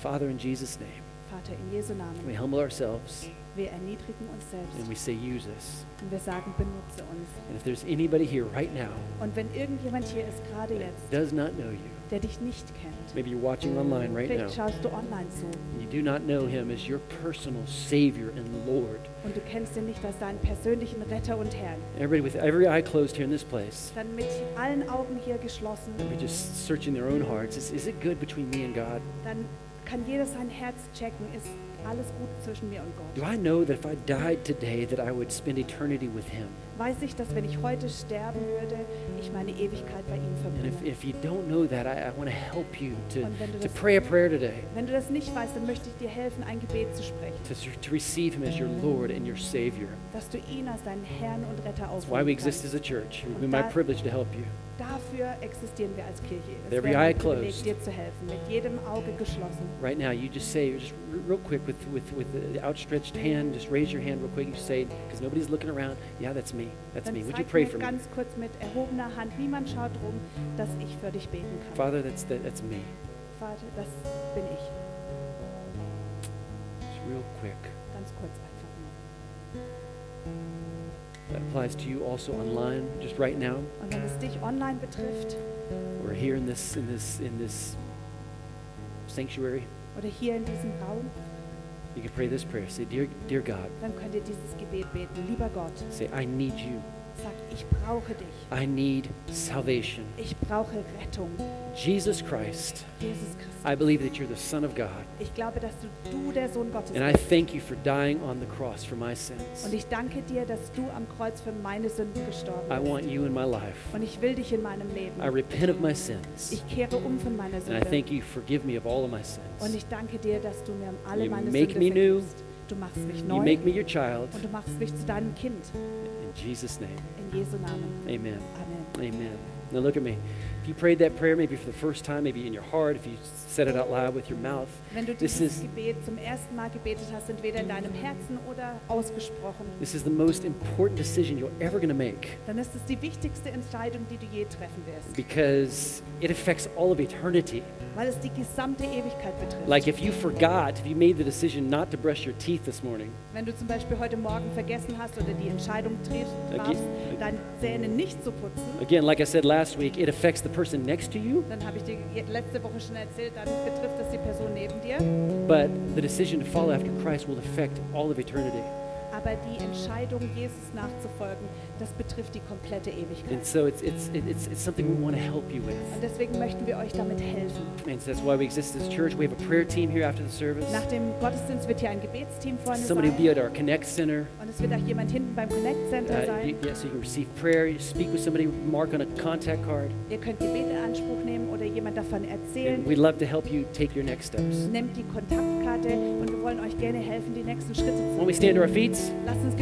Speaker 1: Father, in Jesus' name,
Speaker 2: Vater, in Jesu
Speaker 1: We
Speaker 2: Namen.
Speaker 1: humble ourselves
Speaker 2: Wir erniedrigen uns selbst
Speaker 1: and we say, use us.
Speaker 2: und wir sagen, benutze uns.
Speaker 1: And if there's anybody here right now
Speaker 2: Und wenn irgendjemand hier ist, gerade
Speaker 1: that
Speaker 2: jetzt,
Speaker 1: does not know you,
Speaker 2: der dich nicht kennt,
Speaker 1: maybe you're watching online right now,
Speaker 2: vielleicht schaust du online zu
Speaker 1: and you do not know him as your personal Savior and Lord.
Speaker 2: und du kennst ihn nicht als deinen persönlichen Retter und Herrn,
Speaker 1: Everybody with every eye closed here in this place,
Speaker 2: dann mit allen Augen hier geschlossen,
Speaker 1: they're just searching their own hearts. Is, is it good between me and God?
Speaker 2: dann kann jeder sein Herz checken, ist alles gut zwischen mir und
Speaker 1: Do
Speaker 2: Gott.
Speaker 1: I know that if I died today that I would spend eternity with him?
Speaker 2: Weiß ich, dass wenn ich heute sterben würde, ich meine Ewigkeit bei ihm
Speaker 1: And if,
Speaker 2: verbringe.
Speaker 1: if you don't know that, I, I want to help you to,
Speaker 2: Und wenn du
Speaker 1: to
Speaker 2: das-
Speaker 1: pray a prayer today,
Speaker 2: Wenn du das nicht weißt, dann möchte ich dir helfen, ein Gebet zu sprechen,
Speaker 1: to, s- to receive him as your Lord and your Savior.
Speaker 2: dass du ihn als deinen Herrn und Retter
Speaker 1: That's why we
Speaker 2: aufnehmen
Speaker 1: exist
Speaker 2: kannst.
Speaker 1: as a church. It would be
Speaker 2: Und
Speaker 1: my
Speaker 2: da-
Speaker 1: privilege to help you.
Speaker 2: Dafür existieren wir als Kirche. Es
Speaker 1: With every
Speaker 2: wäre mein
Speaker 1: eye
Speaker 2: Privileg,
Speaker 1: closed.
Speaker 2: dir zu helfen, mit jedem Auge geschlossen.
Speaker 1: Right now, you just say, just r- real quick, with, with, with the outstretched hand, just raise your hand real quick. You say, because nobody's looking around, yeah, that's me. That's
Speaker 2: Dann
Speaker 1: me. Would you
Speaker 2: zeig
Speaker 1: pray
Speaker 2: mir
Speaker 1: for me?
Speaker 2: ganz kurz mit erhobener Hand, niemand schaut rum, dass ich für dich beten kann.
Speaker 1: Father, that's, that, that's me.
Speaker 2: Vater, das bin ich.
Speaker 1: Just real quick.
Speaker 2: Ganz kurz einfach nur.
Speaker 1: That applies to you also online, just right now.
Speaker 2: Und wenn es dich online betrifft
Speaker 1: We're here in this, in this, in this sanctuary.
Speaker 2: oder hier in diesem Raum,
Speaker 1: You can pray this prayer. Say, dear, dear God,
Speaker 2: dann könnt ihr dieses Gebet beten. Lieber Gott,
Speaker 1: say, I need you.
Speaker 2: sag, ich brauche dich.
Speaker 1: I need salvation.
Speaker 2: Ich brauche Rettung.
Speaker 1: Jesus Christ,
Speaker 2: Jesus Christus.
Speaker 1: I believe that you're the Son of God.
Speaker 2: Ich glaube, dass du, du der Sohn Gottes
Speaker 1: And I
Speaker 2: bist.
Speaker 1: thank you for dying on the cross for my
Speaker 2: Und
Speaker 1: sins.
Speaker 2: ich danke dir, dass du am Kreuz für meine Sünden gestorben
Speaker 1: I want
Speaker 2: bist.
Speaker 1: you in my life.
Speaker 2: Und ich will dich in meinem
Speaker 1: I
Speaker 2: Leben.
Speaker 1: repent of my sins.
Speaker 2: Ich kehre um von meiner
Speaker 1: And I
Speaker 2: Sünde.
Speaker 1: thank you forgive me of all of my
Speaker 2: Und
Speaker 1: sins.
Speaker 2: ich danke dir, dass du mir alle
Speaker 1: You
Speaker 2: meine
Speaker 1: make
Speaker 2: Sünde
Speaker 1: me new.
Speaker 2: vergibst. Du machst mich
Speaker 1: You
Speaker 2: neu
Speaker 1: make me your child.
Speaker 2: und du machst mich zu deinem Kind.
Speaker 1: In Jesus' name,
Speaker 2: In Jesu Namen.
Speaker 1: amen.
Speaker 2: Amen.
Speaker 1: Amen. Now look at me. If you prayed that prayer maybe for the first time, maybe in your heart, if you said it out loud with your mouth,
Speaker 2: Wenn du
Speaker 1: this
Speaker 2: dieses
Speaker 1: is,
Speaker 2: Gebet zum ersten Mal gebetet hast, entweder in deinem Herzen oder ausgesprochen,
Speaker 1: this is the most important decision you're ever going to make
Speaker 2: dann ist es die wichtigste Entscheidung, die du je treffen wirst,
Speaker 1: because it affects all of eternity.
Speaker 2: weil es die gesamte Ewigkeit betrifft.
Speaker 1: Like if you forgot, if you made the decision not to brush your teeth this morning,
Speaker 2: Wenn du zum Beispiel heute Morgen vergessen hast oder die Entscheidung triffst,
Speaker 1: Da
Speaker 2: darfst,
Speaker 1: geht-
Speaker 2: deine Zähne nicht zu putzen,
Speaker 1: again, like I said last week, it affects the person next to you,
Speaker 2: dann habe ich dir je- letzte Woche schon erzählt, dann betrifft das die Person neben dir.
Speaker 1: but the decision to follow after Christ will affect all of eternity.
Speaker 2: Aber die Entscheidung, Jesus nachzufolgen, das betrifft die komplette Ewigkeit.
Speaker 1: And so it's, it's, it's, it's something we want to help you
Speaker 2: Und
Speaker 1: with.
Speaker 2: deswegen möchten wir euch damit helfen.
Speaker 1: And so that's why we exist as a church. We have a prayer team here after the service.
Speaker 2: Nach dem Gottesdienst wird hier ein Gebetsteam vorne
Speaker 1: Somebody will be
Speaker 2: sein.
Speaker 1: at our Connect Center.
Speaker 2: Und es wird auch jemand hinten beim Connect Center
Speaker 1: Uh, you,
Speaker 2: sein.
Speaker 1: yeah, so you can receive prayer, you speak with somebody, mark on a contact card.
Speaker 2: Ihr könnt Gebet in Anspruch nehmen oder jemand davon
Speaker 1: And
Speaker 2: erzählen.
Speaker 1: we'd love to help you take your next steps.
Speaker 2: Nehmt die Kontaktkarte und wir wollen euch gerne helfen, die nächsten Schritte zu
Speaker 1: When we stand to our feet,
Speaker 2: Lasst uns